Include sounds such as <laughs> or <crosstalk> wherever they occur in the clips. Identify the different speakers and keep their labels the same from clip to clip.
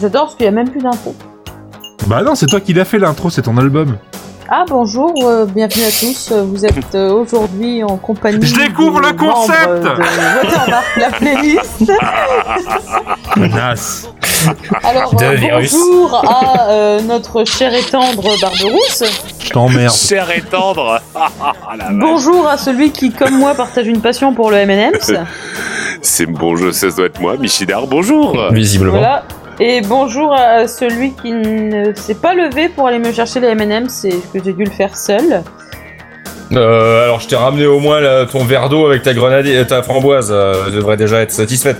Speaker 1: J'adore parce qu'il n'y a même plus d'infos.
Speaker 2: Bah non, c'est toi qui l'as fait l'intro, c'est ton album.
Speaker 1: Ah bonjour, euh, bienvenue à tous. Euh, Vous êtes euh, aujourd'hui en compagnie.
Speaker 2: Je découvre
Speaker 1: des
Speaker 2: le concept
Speaker 1: membres de Watermark, la
Speaker 3: <laughs>
Speaker 1: playlist.
Speaker 4: Ah,
Speaker 2: Menace.
Speaker 1: Alors
Speaker 3: De
Speaker 1: euh,
Speaker 3: virus.
Speaker 1: bonjour à euh, notre cher et tendre Barberousse.
Speaker 2: Je
Speaker 4: <laughs>
Speaker 2: t'emmerde.
Speaker 3: Cher et tendre. Ah, ah, ah, la vache.
Speaker 1: Bonjour à celui qui, comme moi, partage une passion pour le
Speaker 3: <laughs>
Speaker 1: M&M's.
Speaker 4: C'est bon, je sais, ça doit être moi, Michidar, bonjour
Speaker 3: Visiblement.
Speaker 1: Voilà. Et bonjour à celui qui ne s'est pas levé pour aller me chercher les M&M's, c'est que j'ai dû le faire seul.
Speaker 3: Euh, alors je t'ai ramené au moins là, ton verre d'eau avec ta grenade et ta framboise. euh, je devrais déjà être satisfaite.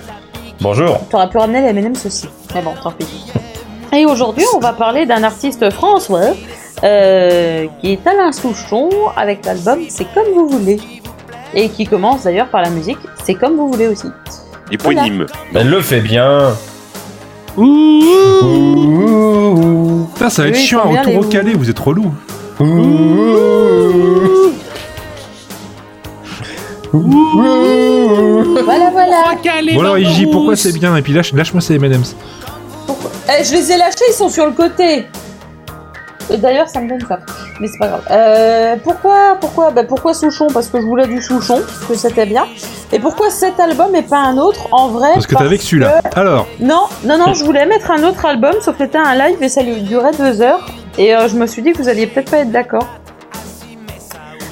Speaker 3: Bonjour.
Speaker 1: T'aurais pu ramener les M&M's aussi. Mais bon, tant pis. Et aujourd'hui, on va parler d'un artiste français euh, qui est Alain Souchon avec l'album C'est comme vous voulez. Et qui commence d'ailleurs par la musique C'est comme vous voulez aussi.
Speaker 4: Éponyme.
Speaker 3: Elle le fait bien.
Speaker 2: Putain, ça va être
Speaker 1: Oui,
Speaker 2: chiant un
Speaker 1: combien
Speaker 2: retour
Speaker 1: les
Speaker 2: au
Speaker 1: vous
Speaker 2: Calais, vous êtes relou.
Speaker 1: Voilà, voilà.
Speaker 2: Bon alors, IJ, pourquoi c'est bien Et puis lâche- lâche-moi ces MM's.
Speaker 1: Oh, Eh, je les ai lâchés, ils sont sur le côté. Et d'ailleurs, ça me donne ça. Mais c'est pas grave. Euh, pourquoi, pourquoi, bah, pourquoi Souchon Parce que je voulais du Souchon, parce que c'était bien. Et pourquoi cet album et pas un autre En vrai,
Speaker 2: Parce que t'as vécu
Speaker 1: que-
Speaker 2: celui-là. Alors,
Speaker 1: Non, non, non, je voulais mettre un autre album, sauf que c'était un live et ça lui durait deux heures. Et euh, je me suis dit que vous alliez peut-être pas être d'accord.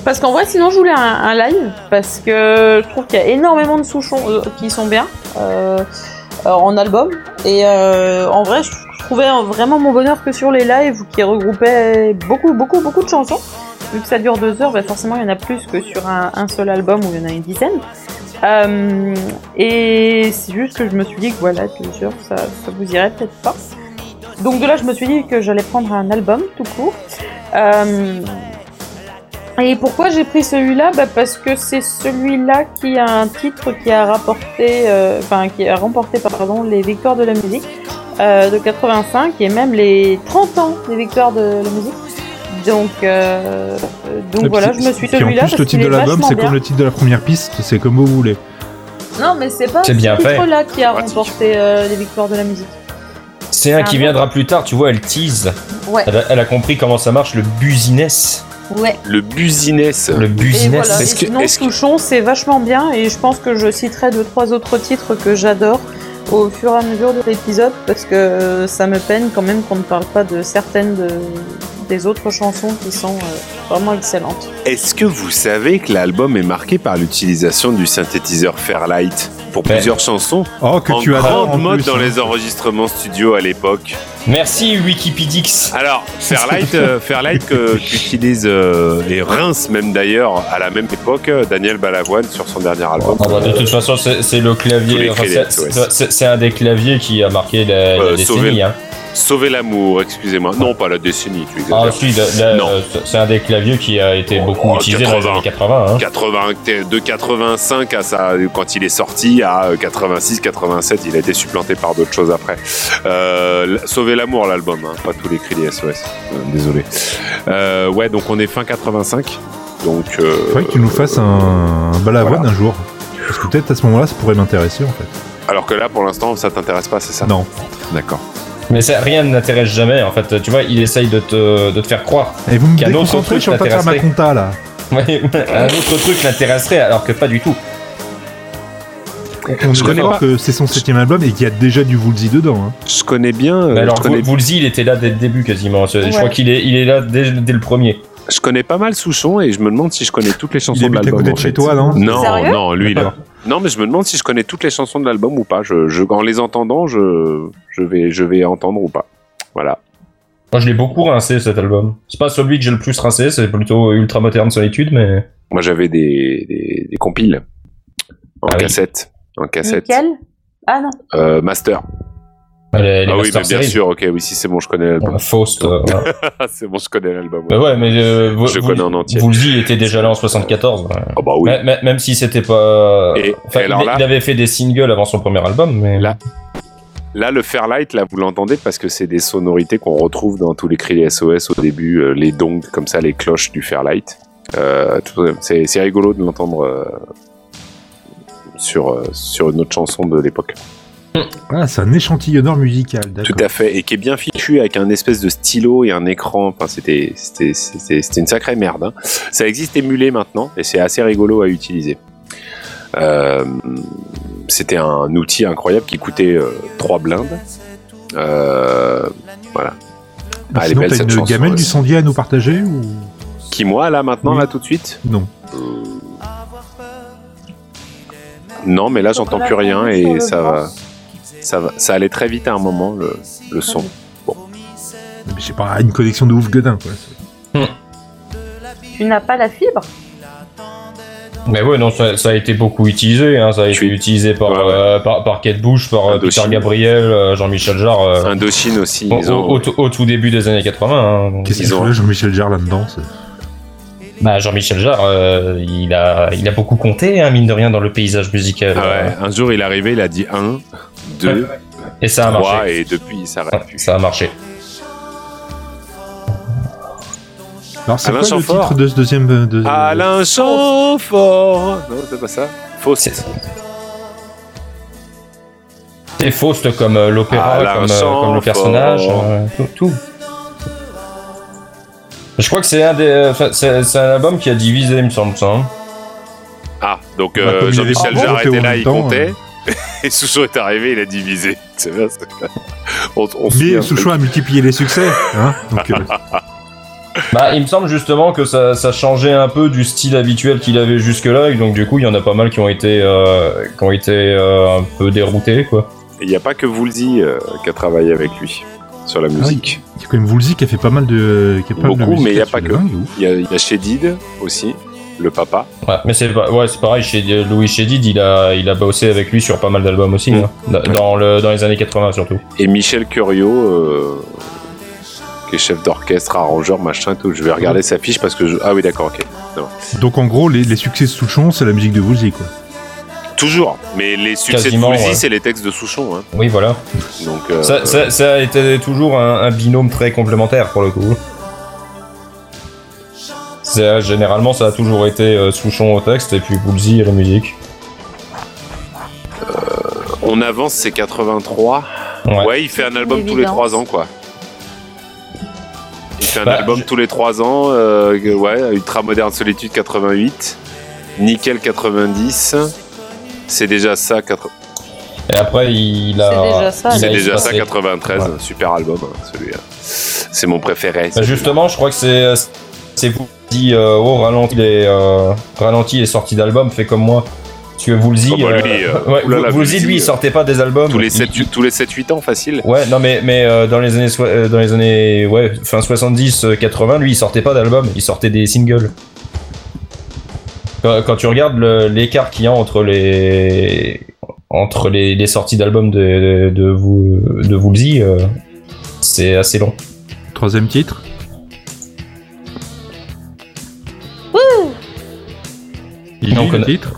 Speaker 1: Parce qu'en vrai, sinon, je voulais un, un live, parce que je trouve qu'il y a énormément de souchons euh, qui sont bien euh, euh, en album. Et euh, en vrai, je trouvais euh, vraiment mon bonheur que sur les lives qui regroupaient beaucoup, beaucoup, beaucoup de chansons. Vu que ça dure deux heures, bah, forcément, il y en a plus que sur un, un seul album où il y en a une dizaine. Euh, et c'est juste que je me suis dit que voilà, bien sûr, ça, ça vous irait peut-être pas. Donc de là, je me suis dit que j'allais prendre un album tout court. Euh, et pourquoi j'ai pris celui-là bah Parce que c'est celui-là qui a un titre qui a rapporté, euh, enfin qui a remporté pardon, les victoires de la musique euh, de 85 et même les 30 ans des victoires de la musique. Donc, euh, donc
Speaker 2: Et puis
Speaker 1: voilà,
Speaker 2: c'est-
Speaker 1: je me suis
Speaker 2: puis en
Speaker 1: celui-là.
Speaker 2: plus,
Speaker 1: parce
Speaker 2: le
Speaker 1: qu'il
Speaker 2: titre de
Speaker 1: est
Speaker 2: l'album,
Speaker 1: vachement
Speaker 2: c'est
Speaker 1: bien.
Speaker 2: comme le titre de la première piste, c'est comme vous voulez.
Speaker 1: Non, mais c'est pas
Speaker 3: C'est
Speaker 1: ce
Speaker 3: bien fait.
Speaker 1: titre-là qui a
Speaker 4: Pratique.
Speaker 1: remporté euh, les victoires de la musique.
Speaker 3: C'est un
Speaker 1: Ah
Speaker 3: qui
Speaker 1: bon
Speaker 3: viendra plus tard, tu vois, elle tease.
Speaker 1: Ouais,
Speaker 3: Elle a, elle a compris comment ça marche, le business.
Speaker 1: ouais.
Speaker 4: Le business.
Speaker 3: Le
Speaker 1: Et
Speaker 3: business.
Speaker 1: voilà. Et
Speaker 4: Est-ce que-
Speaker 1: sinon,
Speaker 4: est-ce que-
Speaker 1: Souchon, c'est vachement bien. Et je pense que je citerai deux, trois autres titres que j'adore au fur et à mesure de l'épisode parce que euh, ça me peine quand même qu'on ne parle pas de certaines de- des autres chansons qui sont euh, vraiment excellentes.
Speaker 4: Est-ce que vous savez que l'album est marqué par l'utilisation du synthétiseur Fairlight pour
Speaker 3: Ouais.
Speaker 4: plusieurs chansons
Speaker 2: Oh, Ben, que
Speaker 4: en
Speaker 2: tu adores
Speaker 4: grande
Speaker 2: en
Speaker 4: mode
Speaker 2: plus. hein.
Speaker 4: dans les enregistrements studio à l'époque
Speaker 3: Merci Wikipedix.
Speaker 4: Alors, Fairlight, euh, Fairlight
Speaker 2: <laughs>
Speaker 4: que- qu'utilise euh, et Reims même d'ailleurs à la même époque euh, Daniel Balavoine sur son dernier album.
Speaker 3: Ah bah, de toute façon, c'est c'est le
Speaker 4: Tous les
Speaker 3: clavier. enfin,
Speaker 4: crédits,
Speaker 3: c'est-
Speaker 4: ouais.
Speaker 3: c'est- c'est- c'est un des claviers qui a marqué la, la
Speaker 4: Euh,
Speaker 3: décennie.
Speaker 4: sauver-
Speaker 3: hein.
Speaker 4: Sauver l'amour, excusez-moi. Non, pas la décennie, tu
Speaker 3: Ah,
Speaker 4: exagères.
Speaker 3: si, la- la-
Speaker 4: Non.
Speaker 3: euh, c'est- c'est un des claviers qui a été
Speaker 4: Oh,
Speaker 3: beaucoup
Speaker 4: oh,
Speaker 3: utilisé dans les
Speaker 4: 80.
Speaker 3: années 80. hein.
Speaker 4: 80, de 85 à sa, quand il est sorti à 86, 87, il a été supplanté par d'autres choses après. Euh, Sauver l'amour, l'album, hein, pas tous les cris des SOS. Euh, désolé. Euh, ouais, donc on est fin 85. Donc, euh,
Speaker 2: Faudrait que tu nous fasses un, un balavoine
Speaker 4: voilà.
Speaker 2: un jour. Parce que peut-être à ce moment-là, ça pourrait m'intéresser en fait.
Speaker 4: alors que là, pour l'instant, ça t'intéresse pas, c'est ça
Speaker 2: Non.
Speaker 4: D'accord.
Speaker 3: Mais ça, rien ne n'intéresse jamais, en fait. Tu vois, il essaye de te, de te faire croire. <laughs>
Speaker 2: Et vous me
Speaker 3: Qu'un autre
Speaker 2: déconcentrez, je suis en train de faire ma
Speaker 3: t'intéresserait.
Speaker 2: compta là.
Speaker 3: Ouais, un autre truc l'intéresserait, alors que pas du tout.
Speaker 2: On
Speaker 4: Je
Speaker 2: est
Speaker 4: connais
Speaker 2: d'accord
Speaker 4: pas.
Speaker 2: que c'est son septième album et qu'il y a déjà du Woolsey dedans. hein.
Speaker 4: Je connais bien. euh,
Speaker 3: Mais alors,
Speaker 4: je, connais,
Speaker 3: Woolsey, il était là dès le début quasiment. Je
Speaker 1: Ouais.
Speaker 3: crois qu'il est, il est là dès, dès le premier.
Speaker 4: je connais pas mal Souchon et je me demande si je connais toutes les
Speaker 2: Il
Speaker 4: chansons de
Speaker 2: habite à
Speaker 4: l'album.
Speaker 2: côté
Speaker 4: en
Speaker 2: de chez
Speaker 4: fait.
Speaker 2: toi, non
Speaker 4: Non,
Speaker 1: Sérieux
Speaker 4: non, lui là. Non, mais je me demande si je connais toutes les chansons de l'album ou pas. Je, je- en les entendant, je, je, vais, je vais entendre ou pas. Voilà.
Speaker 3: Moi, je l'ai beaucoup rincé cet album. C'est pas celui que j'ai le plus rincé, c'est plutôt Ultra Moderne Solitude, mais.
Speaker 4: Moi, j'avais des, des, des compiles en
Speaker 3: Ah oui.
Speaker 4: cassette. En cassette.
Speaker 1: Nickel Ah non.
Speaker 4: Euh, master.
Speaker 3: Les, les
Speaker 4: ah oui,
Speaker 3: Master
Speaker 4: mais bien
Speaker 3: Series.
Speaker 4: sûr. Ok, oui, si c'est bon, je connais l'album.
Speaker 3: Ouais, Faust. euh,
Speaker 4: <laughs>
Speaker 3: voilà.
Speaker 4: Ah, c'est bon, je connais l'album. ouais.
Speaker 3: Bah ouais, mais. euh, Wo-
Speaker 4: je
Speaker 3: Wo-
Speaker 4: connais en entier.
Speaker 3: Woolsey était déjà là en 74. ouais.
Speaker 4: Ah bah oui.
Speaker 3: Mais- mais- Même si c'était pas.
Speaker 4: Et-
Speaker 3: enfin,
Speaker 4: et alors
Speaker 3: il-
Speaker 4: là-
Speaker 3: il avait fait des singles avant son premier album, mais.
Speaker 4: Là, Là, le Fairlight, là, vous l'entendez parce que c'est des sonorités qu'on retrouve dans tous les cris des SOS au début, euh, les dongs comme ça, les cloches du Fairlight. Euh, tout- c'est c'est rigolo de l'entendre euh, sur, euh, sur une autre chanson de l'époque.
Speaker 2: Ah, c'est un échantillonneur musical,
Speaker 4: Tout
Speaker 2: d'accord.
Speaker 4: à fait, et qui est bien fichu avec un espèce de stylo et un écran. Enfin, c'était c'était- c'était- c'était une sacrée merde. hein. Ça existe émulé maintenant et c'est assez rigolo à utiliser. Euh, c'était un outil incroyable qui coûtait 3 blindes. Euh, voilà.
Speaker 2: Ah,
Speaker 4: Ah, elle est
Speaker 2: sinon,
Speaker 4: belle,
Speaker 2: t'as
Speaker 4: cette
Speaker 2: une
Speaker 4: chanson,
Speaker 2: gamelle
Speaker 4: ouais.
Speaker 2: du sandier à nous partager ou
Speaker 4: Qui, moi, là, maintenant,
Speaker 2: Oui.
Speaker 4: là, tout de suite
Speaker 2: non
Speaker 4: Non, mais là, j'entends plus rien
Speaker 1: Sur
Speaker 4: et
Speaker 1: le
Speaker 4: ça
Speaker 1: bras.
Speaker 4: va, ça va. Ça allait très vite à un moment, le, le son.
Speaker 2: Je sais pas, une collection de ouf gueudin, quoi.
Speaker 1: Tu n'as pas la fibre
Speaker 3: Mais ouais, non, ça, ça a été beaucoup utilisé. Hein, ça a été
Speaker 4: Tu-
Speaker 3: utilisé par,
Speaker 4: Ouais, ouais.
Speaker 3: euh, par, par Kate Bush, par euh,
Speaker 4: Indochine.
Speaker 3: Peter Gabriel, euh, Jean-Michel Jarre. euh,
Speaker 4: Indochine aussi,
Speaker 3: au,
Speaker 4: ils ont-
Speaker 3: au- au tout- au tout début des années 80. hein.
Speaker 2: Qu'est-ce
Speaker 4: Ils
Speaker 2: qu'il
Speaker 4: ont-
Speaker 2: faut là, Jean-Michel Jarre là-dedans c'est-
Speaker 3: Bah, Jean-Michel Jarre, euh, il, a, il a beaucoup compté, hein, mine de rien, dans le paysage musical.
Speaker 4: Ah ouais, un jour il est arrivé, il a dit 1, 2,
Speaker 3: Et ça a marché.
Speaker 4: 3 et depuis il s'arrête plus.
Speaker 3: Ça a marché.
Speaker 2: Alors, c'est
Speaker 4: Alain
Speaker 2: quoi le
Speaker 4: Chamfort.
Speaker 2: titre de ce deuxième. euh, De...
Speaker 4: Alain Chamfort Non, c'est pas ça. Faust.
Speaker 3: C'est- C'est Faust comme euh, l'opéra,
Speaker 4: Ah, la
Speaker 3: comme, euh,
Speaker 4: chanson,
Speaker 3: comme le personnage,
Speaker 4: fort.
Speaker 3: euh, tout, tout. Je crois que c'est un des, euh, enfin, c'est c'est un album qui a divisé, il me semble ça. hein.
Speaker 4: Ah, donc
Speaker 2: Bah,
Speaker 4: euh,
Speaker 2: comme il
Speaker 4: Jean-Michel
Speaker 2: avait pas
Speaker 4: Jarre
Speaker 2: voté
Speaker 4: était
Speaker 2: en
Speaker 4: là,
Speaker 2: même
Speaker 4: il
Speaker 2: temps,
Speaker 4: comptait. <laughs> Et Souchon est arrivé, il a divisé. <laughs> C'est bien ça. On, on se dit un
Speaker 2: Mais Souchon a multiplié les succès, hein Donc,
Speaker 4: <laughs>
Speaker 2: euh,
Speaker 3: Bah, il me semble justement que ça, ça changeait un peu du style habituel qu'il avait jusque-là, et donc du coup, il y en a pas mal qui ont été, euh, qui ont été euh, un peu déroutés, quoi.
Speaker 4: peu. Il n'y a pas que Woolsey euh, qui a travaillé avec lui sur la musique.
Speaker 2: il y a quand même Woolsey qui a fait pas mal de. Qui a pas mal de
Speaker 4: Beaucoup,
Speaker 2: musique
Speaker 4: mais il y a
Speaker 2: là-dessus,
Speaker 4: pas que.
Speaker 2: dingue, ouf.
Speaker 4: Il y a, il y a Shedid aussi, le papa.
Speaker 3: Ouais, mais c'est pas- ouais, c'est pareil, chez euh, Louis Chédid, il a, il a bossé avec lui sur pas mal d'albums aussi,
Speaker 4: Mm.
Speaker 3: hein. Dans- dans, le, dans les années 80 surtout.
Speaker 4: Et Michel Curio, euh, qui est chef d'orchestre, arrangeur, machin, tout.
Speaker 3: Mhm.
Speaker 4: Je vais regarder sa fiche parce que je... Ah oui, d'accord, ok.
Speaker 2: Donc, en gros, les, les succès de Souchon, c'est la musique de Woolsey, quoi.
Speaker 4: Toujours. Mais les succès
Speaker 3: Quasiment,
Speaker 4: de Woolsey,
Speaker 3: ouais.
Speaker 4: c'est les textes de Souchon. Hein.
Speaker 3: Oui, voilà.
Speaker 4: Donc, euh,
Speaker 3: Ça, ça, ça a été toujours un, un binôme très complémentaire pour le coup. C'est- Généralement, ça a toujours été euh, Souchon au texte et puis Boulzy à la musique.
Speaker 4: on avance, c'est 83.
Speaker 3: Ouais.
Speaker 4: Ouais, il fait un album tous les
Speaker 1: évidence.
Speaker 4: 3 ans, quoi. Il fait un
Speaker 3: Bah,
Speaker 4: album
Speaker 3: je-
Speaker 4: tous les 3 ans. euh, que- ouais, Ultra Moderne Solitude 88. Nickel 90. C'est déjà ça, 80
Speaker 3: Et après, il a.
Speaker 1: C'est déjà ça,
Speaker 3: il
Speaker 4: c'est
Speaker 3: a
Speaker 4: déjà ça
Speaker 3: espacé.
Speaker 4: 93.
Speaker 3: Ouais.
Speaker 4: un Super album, hein, celui-là. C'est mon préféré.
Speaker 3: Bah, justement, je crois que c'est c'est Boulzy euh, au ralenti les euh, ralenti les sorties d'albums. Fait comme moi. Parce que Boulzy,
Speaker 4: Oh, bah, lui, euh,
Speaker 3: ouais,
Speaker 4: oulala,
Speaker 3: Boulzy,
Speaker 4: Boulzy,
Speaker 3: lui, il
Speaker 4: euh,
Speaker 3: sortait pas des albums.
Speaker 4: tous les
Speaker 3: Il-
Speaker 4: 7
Speaker 3: il-
Speaker 4: tous les 7 8 ans facile.
Speaker 3: Ouais, non, mais, mais euh, dans les années, soi- euh, dans les années ouais, fin 70-80, lui, il sortait pas d'album, il sortait des singles. Quand, quand tu regardes le- l'écart qu'il y a entre les, entre les, les sorties d'albums de, de, de, Wu- de Woolsey, euh, c'est assez long.
Speaker 2: Troisième titre. Il
Speaker 3: Non,
Speaker 2: lit le
Speaker 3: conna-
Speaker 2: titre.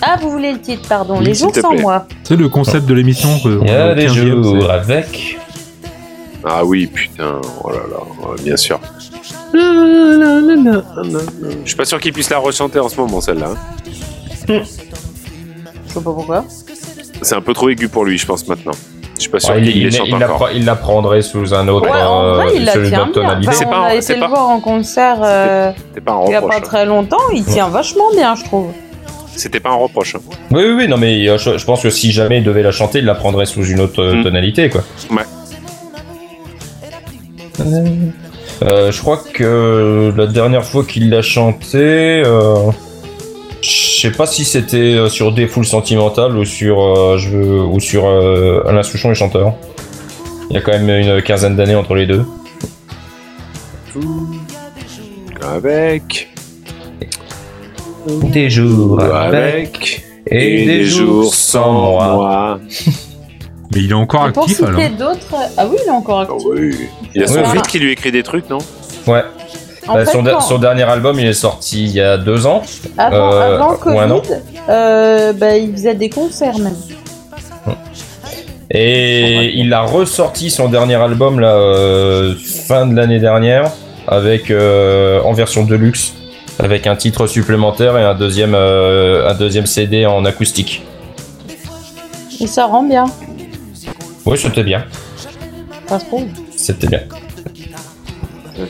Speaker 1: Ah, vous voulez le titre, pardon.
Speaker 4: Oui,
Speaker 1: Les
Speaker 4: s'il
Speaker 1: jours
Speaker 4: te
Speaker 1: sans
Speaker 4: plaît.
Speaker 1: moi.
Speaker 2: C'est le concept de l'émission. euh,
Speaker 3: Il y
Speaker 2: on est
Speaker 3: a
Speaker 2: au
Speaker 3: des
Speaker 2: 15e, c'est-
Speaker 3: jours avec.
Speaker 4: Ah oui, putain, oh là là, oh, bien sûr. Je suis pas sûr qu'il puisse la rechanter en ce moment, celle-là. hein.
Speaker 1: Je sais pas pourquoi.
Speaker 4: C'est un peu trop aigu pour lui, je pense, maintenant. Je suis pas sûr
Speaker 3: Ouais, il,
Speaker 4: qu'il les
Speaker 3: il-
Speaker 4: chante
Speaker 3: il la
Speaker 4: encore.
Speaker 3: pre- il la prendrait sous un autre.
Speaker 1: Ouais, en vrai,
Speaker 3: euh,
Speaker 1: il la
Speaker 3: celui
Speaker 1: tient
Speaker 3: d'Anton
Speaker 1: bien.
Speaker 3: Hallyday.
Speaker 1: Enfin,
Speaker 4: C'est
Speaker 1: on
Speaker 4: pas-
Speaker 1: a été
Speaker 4: c'est
Speaker 1: le
Speaker 4: pas-
Speaker 1: voir en concert euh,
Speaker 4: C'était pas un
Speaker 1: il y a pas
Speaker 4: reproche. hein.
Speaker 1: très longtemps. Il tient vachement bien, je trouve.
Speaker 4: C'était pas un reproche. hein.
Speaker 3: Oui, oui, oui, non, mais euh, je, je pense que si jamais il devait la chanter, il la prendrait sous une autre euh,
Speaker 4: Mm.
Speaker 3: tonalité, quoi.
Speaker 4: Ouais.
Speaker 3: Euh, je crois que la dernière fois qu'il l'a chantée, euh, je sais pas si c'était euh, sur Des Foules Sentimentales ou sur, euh, je veux- ou sur euh, Alain Souchon et Chanteur. Il y a quand même une quinzaine d'années entre les deux.
Speaker 4: Avec,
Speaker 3: Des jours
Speaker 4: avec,
Speaker 3: et, des, jours sans moi.
Speaker 2: Mais il est encore
Speaker 1: Et pour
Speaker 2: actif Ah, alors.
Speaker 1: citer d'autres. Ah oui, il est encore
Speaker 4: Ah
Speaker 1: actif.
Speaker 4: oui. Il y a
Speaker 3: Oui,
Speaker 4: son
Speaker 3: oui.
Speaker 4: fils qui lui écrit des trucs, non
Speaker 3: Ouais.
Speaker 1: En
Speaker 3: Bah,
Speaker 1: fait,
Speaker 3: son,
Speaker 1: quand-
Speaker 3: son dernier album, il est sorti il y a deux ans.
Speaker 1: Avant,
Speaker 3: Euh,
Speaker 1: avant
Speaker 3: ou un an.
Speaker 1: Covid, euh, bah, il faisait des concerts même.
Speaker 3: Et il a ressorti son dernier album là, euh, fin de l'année dernière avec euh, en version deluxe avec un titre supplémentaire et un deuxième euh, un deuxième CD en acoustique.
Speaker 1: Et ça rend bien.
Speaker 3: Oui, c'était bien.
Speaker 1: Ça se trouve.
Speaker 3: C'était bien.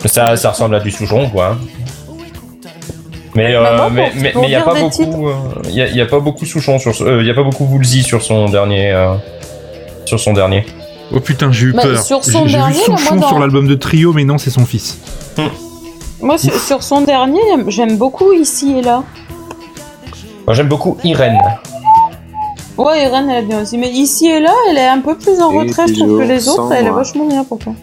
Speaker 3: Ça, ça ressemble à du soujon, quoi. hein. Mais euh,
Speaker 1: Bah, moi, pour-
Speaker 3: mais mais
Speaker 1: pour
Speaker 3: mais y a
Speaker 1: dire
Speaker 3: pas
Speaker 1: des
Speaker 3: beaucoup il y, a- y a pas beaucoup souchon sur ce- euh, y a pas beaucoup Woolsey sur son dernier euh, sur son dernier.
Speaker 2: Oh putain, j'ai eu
Speaker 1: Mais
Speaker 2: peur.
Speaker 1: sur
Speaker 2: J'ai
Speaker 1: son
Speaker 2: j'ai vu
Speaker 1: dernier,
Speaker 2: son
Speaker 1: là, moi, dans-
Speaker 2: sur l'album de Trio, mais non, c'est son fils.
Speaker 1: Moi, sur, sur son dernier, j'aime beaucoup ici et là.
Speaker 3: Moi j'aime beaucoup Irène.
Speaker 1: Ouais, Irène, elle est bien aussi. Mais ici et là, elle est un peu plus en
Speaker 4: Et
Speaker 1: retrait, je trouve, que les
Speaker 4: toujours
Speaker 1: autres.
Speaker 4: sans
Speaker 1: Elle est
Speaker 4: moi.
Speaker 1: vachement bien, pourtant.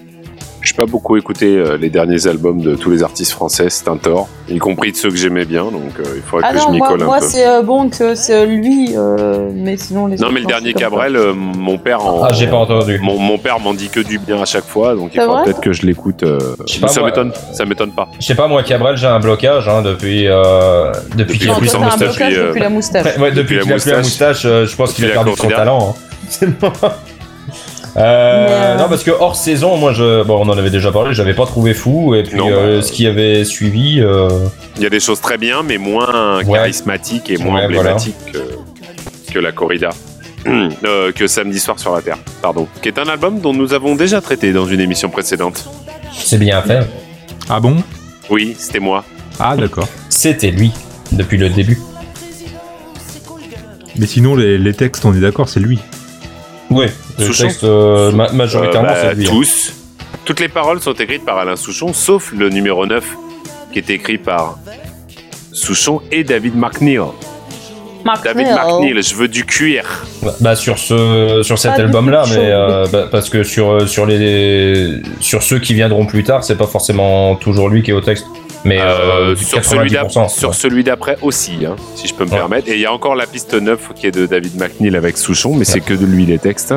Speaker 4: J'ai pas beaucoup écouté euh, les derniers albums de tous les artistes français, c'est un tort, y compris de ceux que j'aimais bien, donc euh, il faudrait
Speaker 1: Ah
Speaker 4: que je
Speaker 1: non,
Speaker 4: m'y
Speaker 1: moi,
Speaker 4: colle
Speaker 1: moi
Speaker 4: un peu.
Speaker 1: c'est euh, bon que c'est euh, lui, euh, mais sinon les
Speaker 4: Non,
Speaker 1: autres,
Speaker 4: mais le
Speaker 1: non,
Speaker 4: dernier
Speaker 1: c'est comme ça.
Speaker 4: Cabrel, euh, mon père en.
Speaker 3: Ah, j'ai pas entendu.
Speaker 4: Mon, mon père m'en dit que du bien à chaque fois, donc il
Speaker 1: C'est
Speaker 4: faudrait
Speaker 1: vrai
Speaker 4: peut-être que je l'écoute. euh,
Speaker 3: Je sais
Speaker 4: mais
Speaker 3: pas,
Speaker 4: ça
Speaker 3: moi,
Speaker 4: m'étonne, ça m'étonne pas.
Speaker 3: Je sais pas moi Cabrel, j'ai un blocage hein, depuis euh,
Speaker 4: Depuis
Speaker 3: depuis qu'il
Speaker 4: la
Speaker 3: a
Speaker 1: Non,
Speaker 3: pris
Speaker 1: toi,
Speaker 4: puissance
Speaker 3: son
Speaker 1: t'as un
Speaker 4: moustache,
Speaker 1: blocage
Speaker 4: lui, euh,
Speaker 1: depuis la moustache.
Speaker 3: Ouais, ouais, depuis,
Speaker 4: Depuis
Speaker 3: qu'il
Speaker 4: la
Speaker 3: a plus la moustache, euh, je pense qu'il a
Speaker 4: Depuis la
Speaker 3: perdu de son
Speaker 4: candidate.
Speaker 3: talent. hein. <laughs> C'est bon. Euh,
Speaker 1: Mais, euh,
Speaker 3: Non, parce que hors saison, moi, je, bon, on en avait déjà parlé, j'avais pas trouvé fou, et puis
Speaker 4: Non,
Speaker 3: euh,
Speaker 4: bah,
Speaker 3: ce qui avait suivi, euh,
Speaker 4: Il y a des choses très bien, mais moins
Speaker 3: Ouais.
Speaker 4: charismatiques et moins
Speaker 3: Ouais, voilà.
Speaker 4: emblématiques que, que la corrida. <clears throat> Euh, que samedi soir sur la Terre, pardon. Qui est un album dont nous avons déjà traité dans une émission précédente.
Speaker 3: c'est bien à faire.
Speaker 2: Ah bon
Speaker 4: Oui, c'était moi.
Speaker 2: Ah d'accord.
Speaker 3: C'était lui depuis le début.
Speaker 2: Mais sinon, les, les textes, on est d'accord, c'est lui.
Speaker 3: Oui, le
Speaker 4: Souchon
Speaker 3: texte euh, ma- majoritairement
Speaker 4: Euh, bah,
Speaker 3: c'est lui. hein.
Speaker 4: tous. Toutes les paroles sont écrites par Alain Souchon, sauf le numéro 9, qui est écrit par Souchon et David McNeil.
Speaker 1: Marc oh.
Speaker 4: David
Speaker 1: Miller.
Speaker 4: McNeil, je veux du cuir.
Speaker 3: Bah, Bah sur ce sur cet
Speaker 1: Pas du
Speaker 3: album là,
Speaker 1: tout
Speaker 3: mais
Speaker 1: chaud.
Speaker 3: euh, bah, parce que sur euh, sur les sur ceux qui viendront plus tard, c'est pas forcément toujours lui qui est au texte, mais
Speaker 4: Euh,
Speaker 3: euh,
Speaker 4: sur celui
Speaker 3: 90%,
Speaker 4: d'ap- sur
Speaker 3: ouais.
Speaker 4: celui d'après aussi, hein, si je peux me
Speaker 3: Ouais.
Speaker 4: permettre. Et il y a encore la piste 9 qui est de David McNeil avec Souchon, mais c'est que de lui les textes.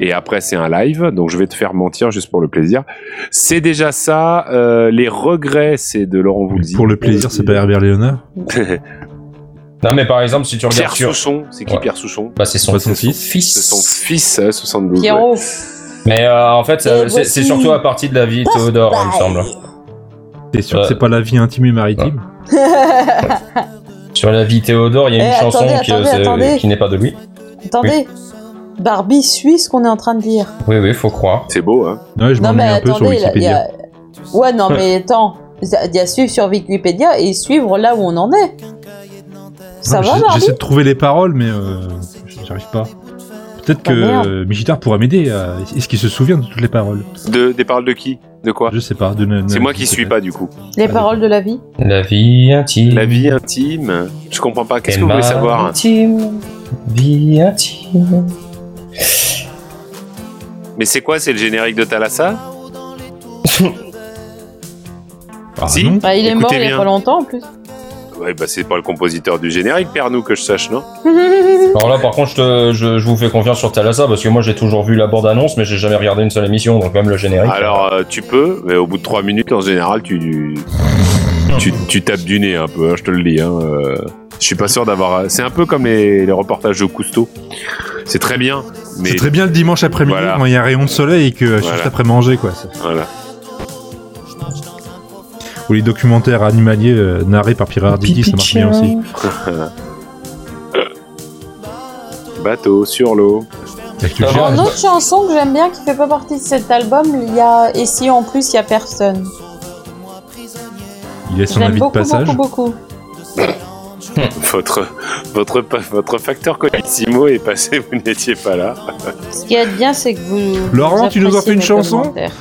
Speaker 4: Et après, c'est un live, donc je vais te faire mentir juste pour le plaisir. C'est déjà ça. euh, les regrets, c'est de Laurent Voulzy.
Speaker 2: Pour le
Speaker 3: euh,
Speaker 2: plaisir, c'est pas Herbert Léonard
Speaker 4: <laughs>
Speaker 3: Non mais par exemple si tu regardes
Speaker 4: Pierre
Speaker 3: sur
Speaker 4: Souchon. C'est qui
Speaker 3: Ouais.
Speaker 4: Pierre Souchon
Speaker 3: bah c'est son,
Speaker 2: Pas son
Speaker 3: c'est
Speaker 2: fils.
Speaker 4: C'est son fils, euh, 72. ouais.
Speaker 1: Pierrot.
Speaker 3: Mais euh, en fait, ça-
Speaker 1: Et
Speaker 3: c'est c'est
Speaker 1: voici-
Speaker 3: surtout à partir de la vie de Théodore, il me
Speaker 1: Bah,
Speaker 3: semble.
Speaker 2: T'es sûr
Speaker 3: Ouais.
Speaker 2: que c'est pas la vie intime et maritime
Speaker 3: Sur la vie de Théodore, il y a
Speaker 1: Eh,
Speaker 3: une chanson
Speaker 1: attendez,
Speaker 3: qui,
Speaker 1: attendez,
Speaker 3: c'est-
Speaker 1: attendez.
Speaker 3: qui n'est pas de lui.
Speaker 1: Attendez, Barbie suit ce qu'on est en train de dire.
Speaker 3: Oui, oui, faut croire.
Speaker 4: C'est beau, hein
Speaker 2: Ouais, je
Speaker 1: non,
Speaker 2: m'ennuie
Speaker 1: mais
Speaker 2: un peu sur
Speaker 1: attendez, il y a- il y
Speaker 2: Wikipédia.
Speaker 1: a. Ouais, non,
Speaker 2: <laughs>
Speaker 1: mais attends. Il y a suivre sur Wikipédia et suivre là où on en est. Ça
Speaker 2: Non,
Speaker 1: va,
Speaker 2: j'essa-
Speaker 1: Barbie
Speaker 2: J'essaie de trouver les paroles, mais euh, j'arrive pas. Peut-être que
Speaker 1: Ah, merde.
Speaker 2: euh, Michitar pourra m'aider. à- Est-ce qu'il se souvient de toutes les paroles
Speaker 4: de, Des paroles de qui De quoi
Speaker 2: Je sais pas. de ne-
Speaker 4: C'est
Speaker 2: ne-
Speaker 4: moi qui suis pas, du coup.
Speaker 1: Les paroles de la vie.
Speaker 3: La vie intime.
Speaker 4: La vie intime, je comprends pas. Qu'est-ce
Speaker 3: et
Speaker 4: que vous voulez savoir hein
Speaker 3: maritime. Vie intime.
Speaker 4: Mais c'est quoi C'est le générique de Thalassa
Speaker 2: Ah,
Speaker 4: Si.
Speaker 2: non.
Speaker 1: Bah, il est
Speaker 4: Écoutez
Speaker 1: mort il y
Speaker 4: bien.
Speaker 1: a pas longtemps en plus.
Speaker 4: Ouais, bah c'est pas le compositeur du générique, Pernou, que je sache, non
Speaker 3: Alors là, par contre, je, te- je- je vous fais confiance sur Thalassa parce que moi j'ai toujours vu la bande-annonce, mais j'ai jamais regardé une seule émission, donc même le générique.
Speaker 4: Alors euh, tu peux, mais au bout de 3 minutes en général, tu tu, tu tapes du nez un peu, hein, je te le dis. Hein, euh, je suis pas sûr d'avoir. euh, C'est un peu comme les, les reportages de Cousteau. C'est très bien, mais
Speaker 2: C'est très bien le dimanche après-midi
Speaker 4: Voilà.
Speaker 2: quand il y a un rayon de soleil et que je suis
Speaker 4: Voilà.
Speaker 2: juste après manger quoi. ça.
Speaker 4: voilà.
Speaker 2: Ou les documentaires animaliers euh, narrés par Pierre Arditi, ça marche bien aussi.
Speaker 4: Bateau sur l'eau.
Speaker 2: Avec le
Speaker 3: Ah,
Speaker 2: chien, Oh
Speaker 1: En
Speaker 3: bon
Speaker 2: je-
Speaker 1: autre chanson que j'aime bien qui fait pas partie de cet album, il y a Et si en plus il y a personne.
Speaker 2: il laisse son
Speaker 1: J'aime
Speaker 2: avis de
Speaker 1: beaucoup,
Speaker 2: passage.
Speaker 1: beaucoup, beaucoup.
Speaker 4: Votre votre pa- votre facteur colissimo est passé. Vous n'étiez pas là.
Speaker 1: Ce qui est bien, c'est que vous.
Speaker 2: Laurent,
Speaker 1: vous
Speaker 2: tu nous en fais
Speaker 1: appréciez
Speaker 2: une
Speaker 1: mes
Speaker 2: chanson
Speaker 1: commentaires.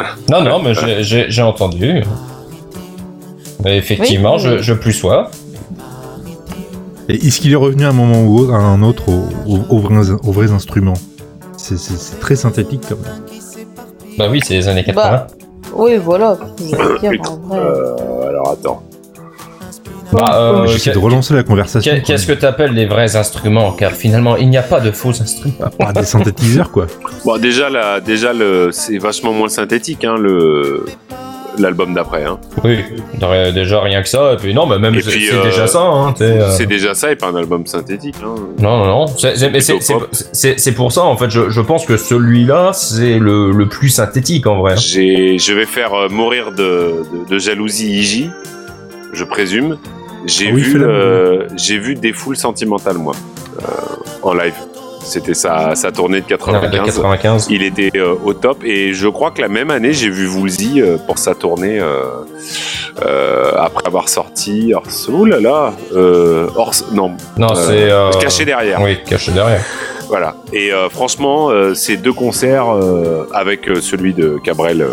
Speaker 4: Ah.
Speaker 3: Non, non, mais j'ai- j'ai j'ai entendu. Mais effectivement,
Speaker 1: Oui.
Speaker 3: je, je plus sois.
Speaker 2: Et est-ce qu'il est revenu à un moment ou autre- à un autre au- au- aux, vrais, aux vrais instruments C'est- C'est c'est très synthétique quand même.
Speaker 3: Bah oui, c'est les années 80.
Speaker 1: Bah, Oui, voilà. Je veux dire, en vrai.
Speaker 4: Euh, alors attends.
Speaker 3: Bah, euh,
Speaker 2: J'essaie de
Speaker 3: qu'est-
Speaker 2: relancer la conversation.
Speaker 3: qu'est-
Speaker 2: quoi.
Speaker 3: Qu'est-ce que t'appelles les vrais instruments Car finalement, il n'y a pas de faux instruments.
Speaker 2: À part des synthétiseurs
Speaker 3: <laughs>
Speaker 2: quoi.
Speaker 4: Bon, déjà, la, déjà le, c'est vachement moins synthétique, hein, le, l'album d'après. Hein.
Speaker 3: Oui, ré- euh, déjà rien que ça, et puis non, mais même
Speaker 4: Et
Speaker 3: c'est
Speaker 4: puis,
Speaker 3: c'est
Speaker 4: euh,
Speaker 3: déjà ça. Hein, t'es, euh,
Speaker 4: C'est déjà ça et pas un album synthétique. Hein.
Speaker 3: Non, non, non. c'est- c'est- mais c'est-
Speaker 4: plutôt pop.
Speaker 3: C'est c'est- c'est pour ça, en fait, je, je pense que celui-là, c'est le, le plus synthétique en vrai. hein.
Speaker 4: J'ai, je vais faire euh, mourir de, de, de jalousie Iji, je présume. J'ai
Speaker 2: Ah oui,
Speaker 4: vu,
Speaker 2: fais-la
Speaker 4: euh, j'ai vu des foules sentimentales moi euh, en live. C'était sa, sa tournée de
Speaker 3: Non, de
Speaker 4: 95.
Speaker 3: 95.
Speaker 4: Il était euh, au top et je crois que la même année, j'ai vu Woolsey euh, pour sa tournée euh, euh, après avoir sorti Ors- Ouh là là, euh, Ors- non,
Speaker 3: Non,
Speaker 4: euh,
Speaker 3: c'est. euh,
Speaker 4: caché derrière.
Speaker 3: Oui, caché derrière.
Speaker 4: Voilà. Et euh, franchement, euh, ces deux concerts euh, avec euh, celui de Cabrel euh,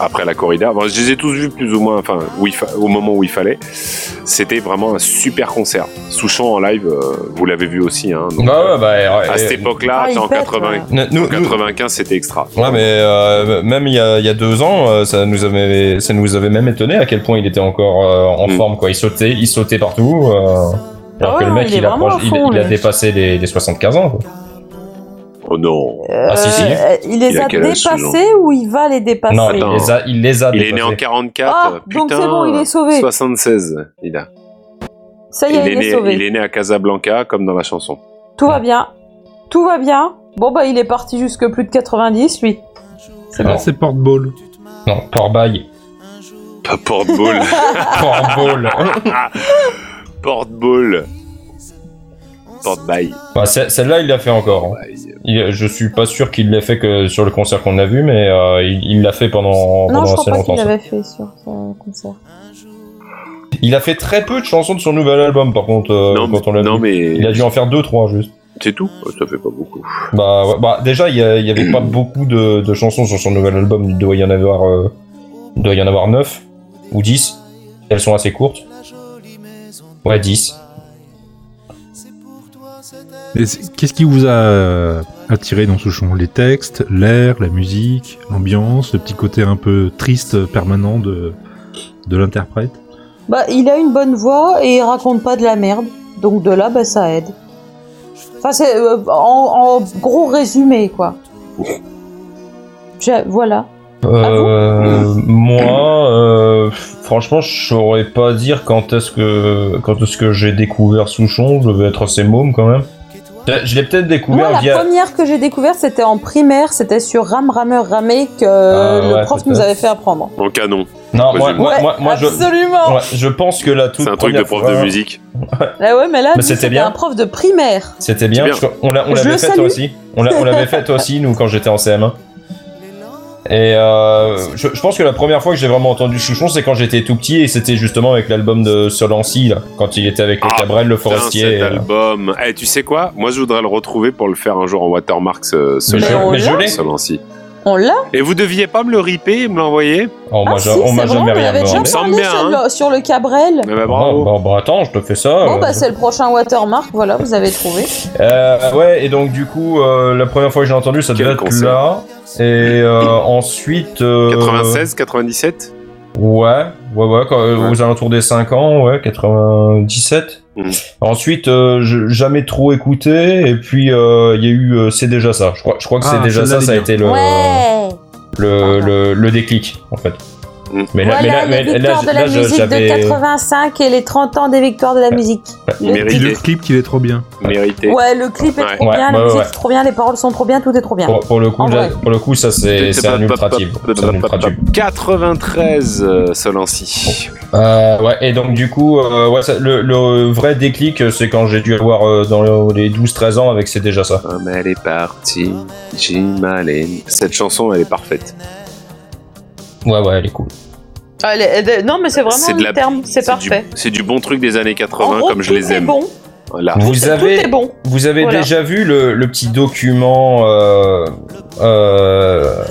Speaker 4: après la corrida, bon, je les ai tous vus plus ou moins, enfin, où il fa- au moment où il fallait. C'était vraiment un super concert. Souchon en live, euh, vous l'avez vu aussi. Hein, donc,
Speaker 3: Bah
Speaker 4: euh,
Speaker 3: ouais, bah.
Speaker 4: à
Speaker 3: ouais,
Speaker 4: cette
Speaker 3: et-
Speaker 4: époque-là,
Speaker 1: Ah, il
Speaker 4: en
Speaker 1: pète,
Speaker 4: 80
Speaker 1: ouais.
Speaker 3: Nous-
Speaker 4: en
Speaker 3: nous-
Speaker 4: 95, c'était extra.
Speaker 3: Ouais, mais euh, même il y, a, il y a deux ans, euh, ça nous avait, ça nous avait même étonné à quel point il était encore euh, en
Speaker 4: Mm.
Speaker 3: forme, quoi. Il sautait, il sautait partout. euh, alors
Speaker 1: Ah
Speaker 3: que le
Speaker 1: ouais,
Speaker 3: mec,
Speaker 1: il est
Speaker 3: il, approche,
Speaker 1: vraiment à
Speaker 3: il,
Speaker 1: fond,
Speaker 3: il a
Speaker 1: lui.
Speaker 3: dépassé les, les 75 ans. Quoi.
Speaker 4: Oh non.
Speaker 1: Euh,
Speaker 3: Ah, si, si.
Speaker 1: euh, Il les
Speaker 4: Il a
Speaker 1: a,
Speaker 4: quel âge, ce
Speaker 1: dépassés ou il va les dépasser
Speaker 3: Non,
Speaker 4: attends.
Speaker 3: il les a, il les a
Speaker 4: Il est né
Speaker 3: dépassés.
Speaker 4: en 44.
Speaker 1: Ah,
Speaker 4: putain,
Speaker 1: donc c'est bon, il est sauvé.
Speaker 4: 76, il a.
Speaker 1: Ça y
Speaker 4: Il
Speaker 1: est, il est,
Speaker 4: est, né,
Speaker 1: sauvé.
Speaker 4: il est né à Casablanca, comme dans la
Speaker 3: <laughs>
Speaker 4: chanson.
Speaker 1: Tout va bien. Tout va bien. Bon, bah, il est parti jusque plus de 90, lui.
Speaker 3: Non,
Speaker 2: Ah, c'est porte-ball.
Speaker 3: non, Portbail.
Speaker 1: <laughs>
Speaker 4: Pas porte-ball.
Speaker 3: Portball.
Speaker 1: <laughs>
Speaker 4: porte-ball. Porte-bail.
Speaker 3: Bah, ce- Celle-là, il l'a fait encore. hein. Il- je suis pas sûr qu'il l'ait fait que sur le concert qu'on a vu, mais euh, il il l'a fait pendant,
Speaker 1: non,
Speaker 3: pendant
Speaker 1: je
Speaker 3: assez
Speaker 1: crois pas
Speaker 3: longtemps.
Speaker 1: qu'il
Speaker 3: ça.
Speaker 1: l'avait fait sur ce concert.
Speaker 3: Il a fait très peu de chansons de son nouvel album, par contre, euh,
Speaker 4: non,
Speaker 3: quand on
Speaker 4: mais,
Speaker 3: l'a
Speaker 4: non,
Speaker 3: vu.
Speaker 4: mais
Speaker 3: Il a dû en faire deux, trois, juste.
Speaker 4: c'est tout. Oh, Ça fait pas beaucoup.
Speaker 3: Bah, ouais, bah déjà, il y, a- il y
Speaker 4: <clears throat>
Speaker 3: avait pas beaucoup de, de chansons sur son nouvel album. Il doit y en avoir, euh, il doit y en avoir 9 ou 10. Elles sont assez courtes. Ouais, 10.
Speaker 2: Et c'est- Qu'est-ce qui vous a euh, attiré dans Souchon Les textes, l'air, la musique, l'ambiance, le petit côté un peu triste euh, permanent de, de l'interprète
Speaker 1: Bah, il a une bonne voix et il raconte pas de la merde. Donc de là, bah, ça aide. Enfin, c'est euh, en, en gros résumé, quoi. Je- voilà.
Speaker 3: Euh, moi, euh, franchement, je saurais pas dire quand est-ce que quand est-ce que j'ai découvert Souchon. Je vais être assez môme quand même. Je- Je l'ai peut-être découvert
Speaker 1: Moi, la
Speaker 3: via.
Speaker 1: première que j'ai découverte, c'était en primaire. C'était sur Ram Rameur Ramé que
Speaker 3: Ah,
Speaker 1: le
Speaker 3: ouais,
Speaker 1: prof
Speaker 3: peut-être.
Speaker 1: nous avait fait apprendre.
Speaker 4: En canon.
Speaker 3: Non, moi,
Speaker 4: Ouais,
Speaker 3: moi, moi, moi, je.
Speaker 1: absolument.
Speaker 3: ouais, je pense que la toute
Speaker 4: C'est un truc de
Speaker 3: première
Speaker 4: prof
Speaker 3: fois-
Speaker 4: de musique.
Speaker 1: Ah ouais, mais là, lui,
Speaker 3: Mais c'était
Speaker 1: c'était
Speaker 3: bien.
Speaker 1: un prof de primaire.
Speaker 3: C'était bien,
Speaker 4: C'est bien.
Speaker 3: parce qu'on l'a- on
Speaker 1: Je
Speaker 3: l'avait
Speaker 1: le
Speaker 3: fait
Speaker 1: salue.
Speaker 3: aussi. On l'a- on l'avait fait aussi, nous, quand j'étais en CM1. Et euh, je, je pense que la première fois que j'ai vraiment entendu Chouchon, c'est quand j'étais tout petit, et c'était justement avec l'album de Solancy, là, quand il était avec
Speaker 4: Ah,
Speaker 3: Cabrel, le
Speaker 4: Putain,
Speaker 3: forestier.
Speaker 4: cet
Speaker 3: et, euh,
Speaker 4: album. Eh, tu sais quoi Moi, je voudrais le retrouver pour le faire un jour en watermark, ce, ce
Speaker 3: mais,
Speaker 1: Mais on
Speaker 3: je, mais je
Speaker 1: l'a.
Speaker 3: l'ai.
Speaker 4: Solancy.
Speaker 1: On l'a.
Speaker 4: Et vous deviez pas me le ripper et me l'envoyer
Speaker 3: Oh, moi,
Speaker 1: ah, si,
Speaker 3: je- on m'a
Speaker 1: c'est vrai,
Speaker 3: jamais
Speaker 1: on
Speaker 3: rien
Speaker 1: avait déjà
Speaker 3: demandé.
Speaker 4: Il me
Speaker 1: parlé
Speaker 4: semble bien,
Speaker 1: sur,
Speaker 4: hein.
Speaker 1: le, sur le Cabrel.
Speaker 4: Mais bah,
Speaker 3: Bon,
Speaker 4: bravo.
Speaker 3: bah, bah, attends, je te fais ça.
Speaker 1: Bon,
Speaker 3: euh,
Speaker 1: bah, c'est le prochain watermark. Voilà, vous avez trouvé.
Speaker 3: Euh, ouais, et donc du coup, euh, la première fois que j'ai entendu, ça
Speaker 4: Quel
Speaker 3: devait être
Speaker 4: concert.
Speaker 3: là. Et
Speaker 4: <laughs>
Speaker 3: euh, ensuite. euh,
Speaker 4: 96, 97
Speaker 3: Ouais, ouais, ouais, quand- euh,
Speaker 4: Ouais.
Speaker 3: aux alentours des 5 ans, ouais, 97.
Speaker 4: Mhm.
Speaker 3: Ensuite, euh, je- jamais trop écouté, et puis euh, il y a eu euh, C'est déjà ça. Je crois, je crois que
Speaker 2: Ah,
Speaker 3: C'est déjà
Speaker 2: celle-là,
Speaker 3: ça,
Speaker 2: elle est
Speaker 3: ça a été le,
Speaker 1: ouais.
Speaker 3: le, le, le déclic, en fait.
Speaker 4: Mhm.
Speaker 3: Mais
Speaker 1: voilà
Speaker 3: mais
Speaker 1: les victoires
Speaker 3: là,
Speaker 1: de la
Speaker 3: je-
Speaker 1: musique
Speaker 3: j'avais-
Speaker 1: de 85 et les 30 ans des victoires de la musique. Le-
Speaker 4: Mérité.
Speaker 2: Et le clip qu'il est trop bien.
Speaker 4: Mérité.
Speaker 1: Ouais, le clip est trop
Speaker 3: Ouais,
Speaker 1: bien, la
Speaker 3: ouais,
Speaker 1: musique
Speaker 3: ouais. Oh.
Speaker 1: est trop bien, les paroles sont trop bien, tout est trop bien.
Speaker 3: Pour, pour le coup,
Speaker 1: En
Speaker 3: là-
Speaker 1: vrai.
Speaker 3: pour le coup, ça c'est c'est un ultratube. C'est un ultratube.
Speaker 4: 93, euh, Solancy.
Speaker 3: Euh, ouais, et donc du coup, euh, ouais, ça- le, le vrai déclic, euh, c'est quand j'ai dû avoir euh, dans le- les 12-13 ans avec C'est déjà ça.
Speaker 4: Comme elle est partie, Jim Allen. Cette chanson, elle est parfaite.
Speaker 3: Ouais, ouais, elle est cool.
Speaker 1: Ah, elle est- elle est- non, mais c'est vraiment
Speaker 4: C'est de
Speaker 1: le
Speaker 4: la-
Speaker 1: terme, c'est
Speaker 4: du-
Speaker 1: parfait.
Speaker 4: C'est du bon truc des années
Speaker 1: En
Speaker 4: 80,
Speaker 1: gros,
Speaker 4: comme je
Speaker 1: tout
Speaker 4: les
Speaker 1: est
Speaker 4: aime.
Speaker 1: Bon.
Speaker 4: Voilà.
Speaker 3: Vous
Speaker 1: Tout
Speaker 3: avez,
Speaker 1: est bon.
Speaker 3: vous avez
Speaker 1: Voilà.
Speaker 3: déjà vu le, le petit document euh, euh,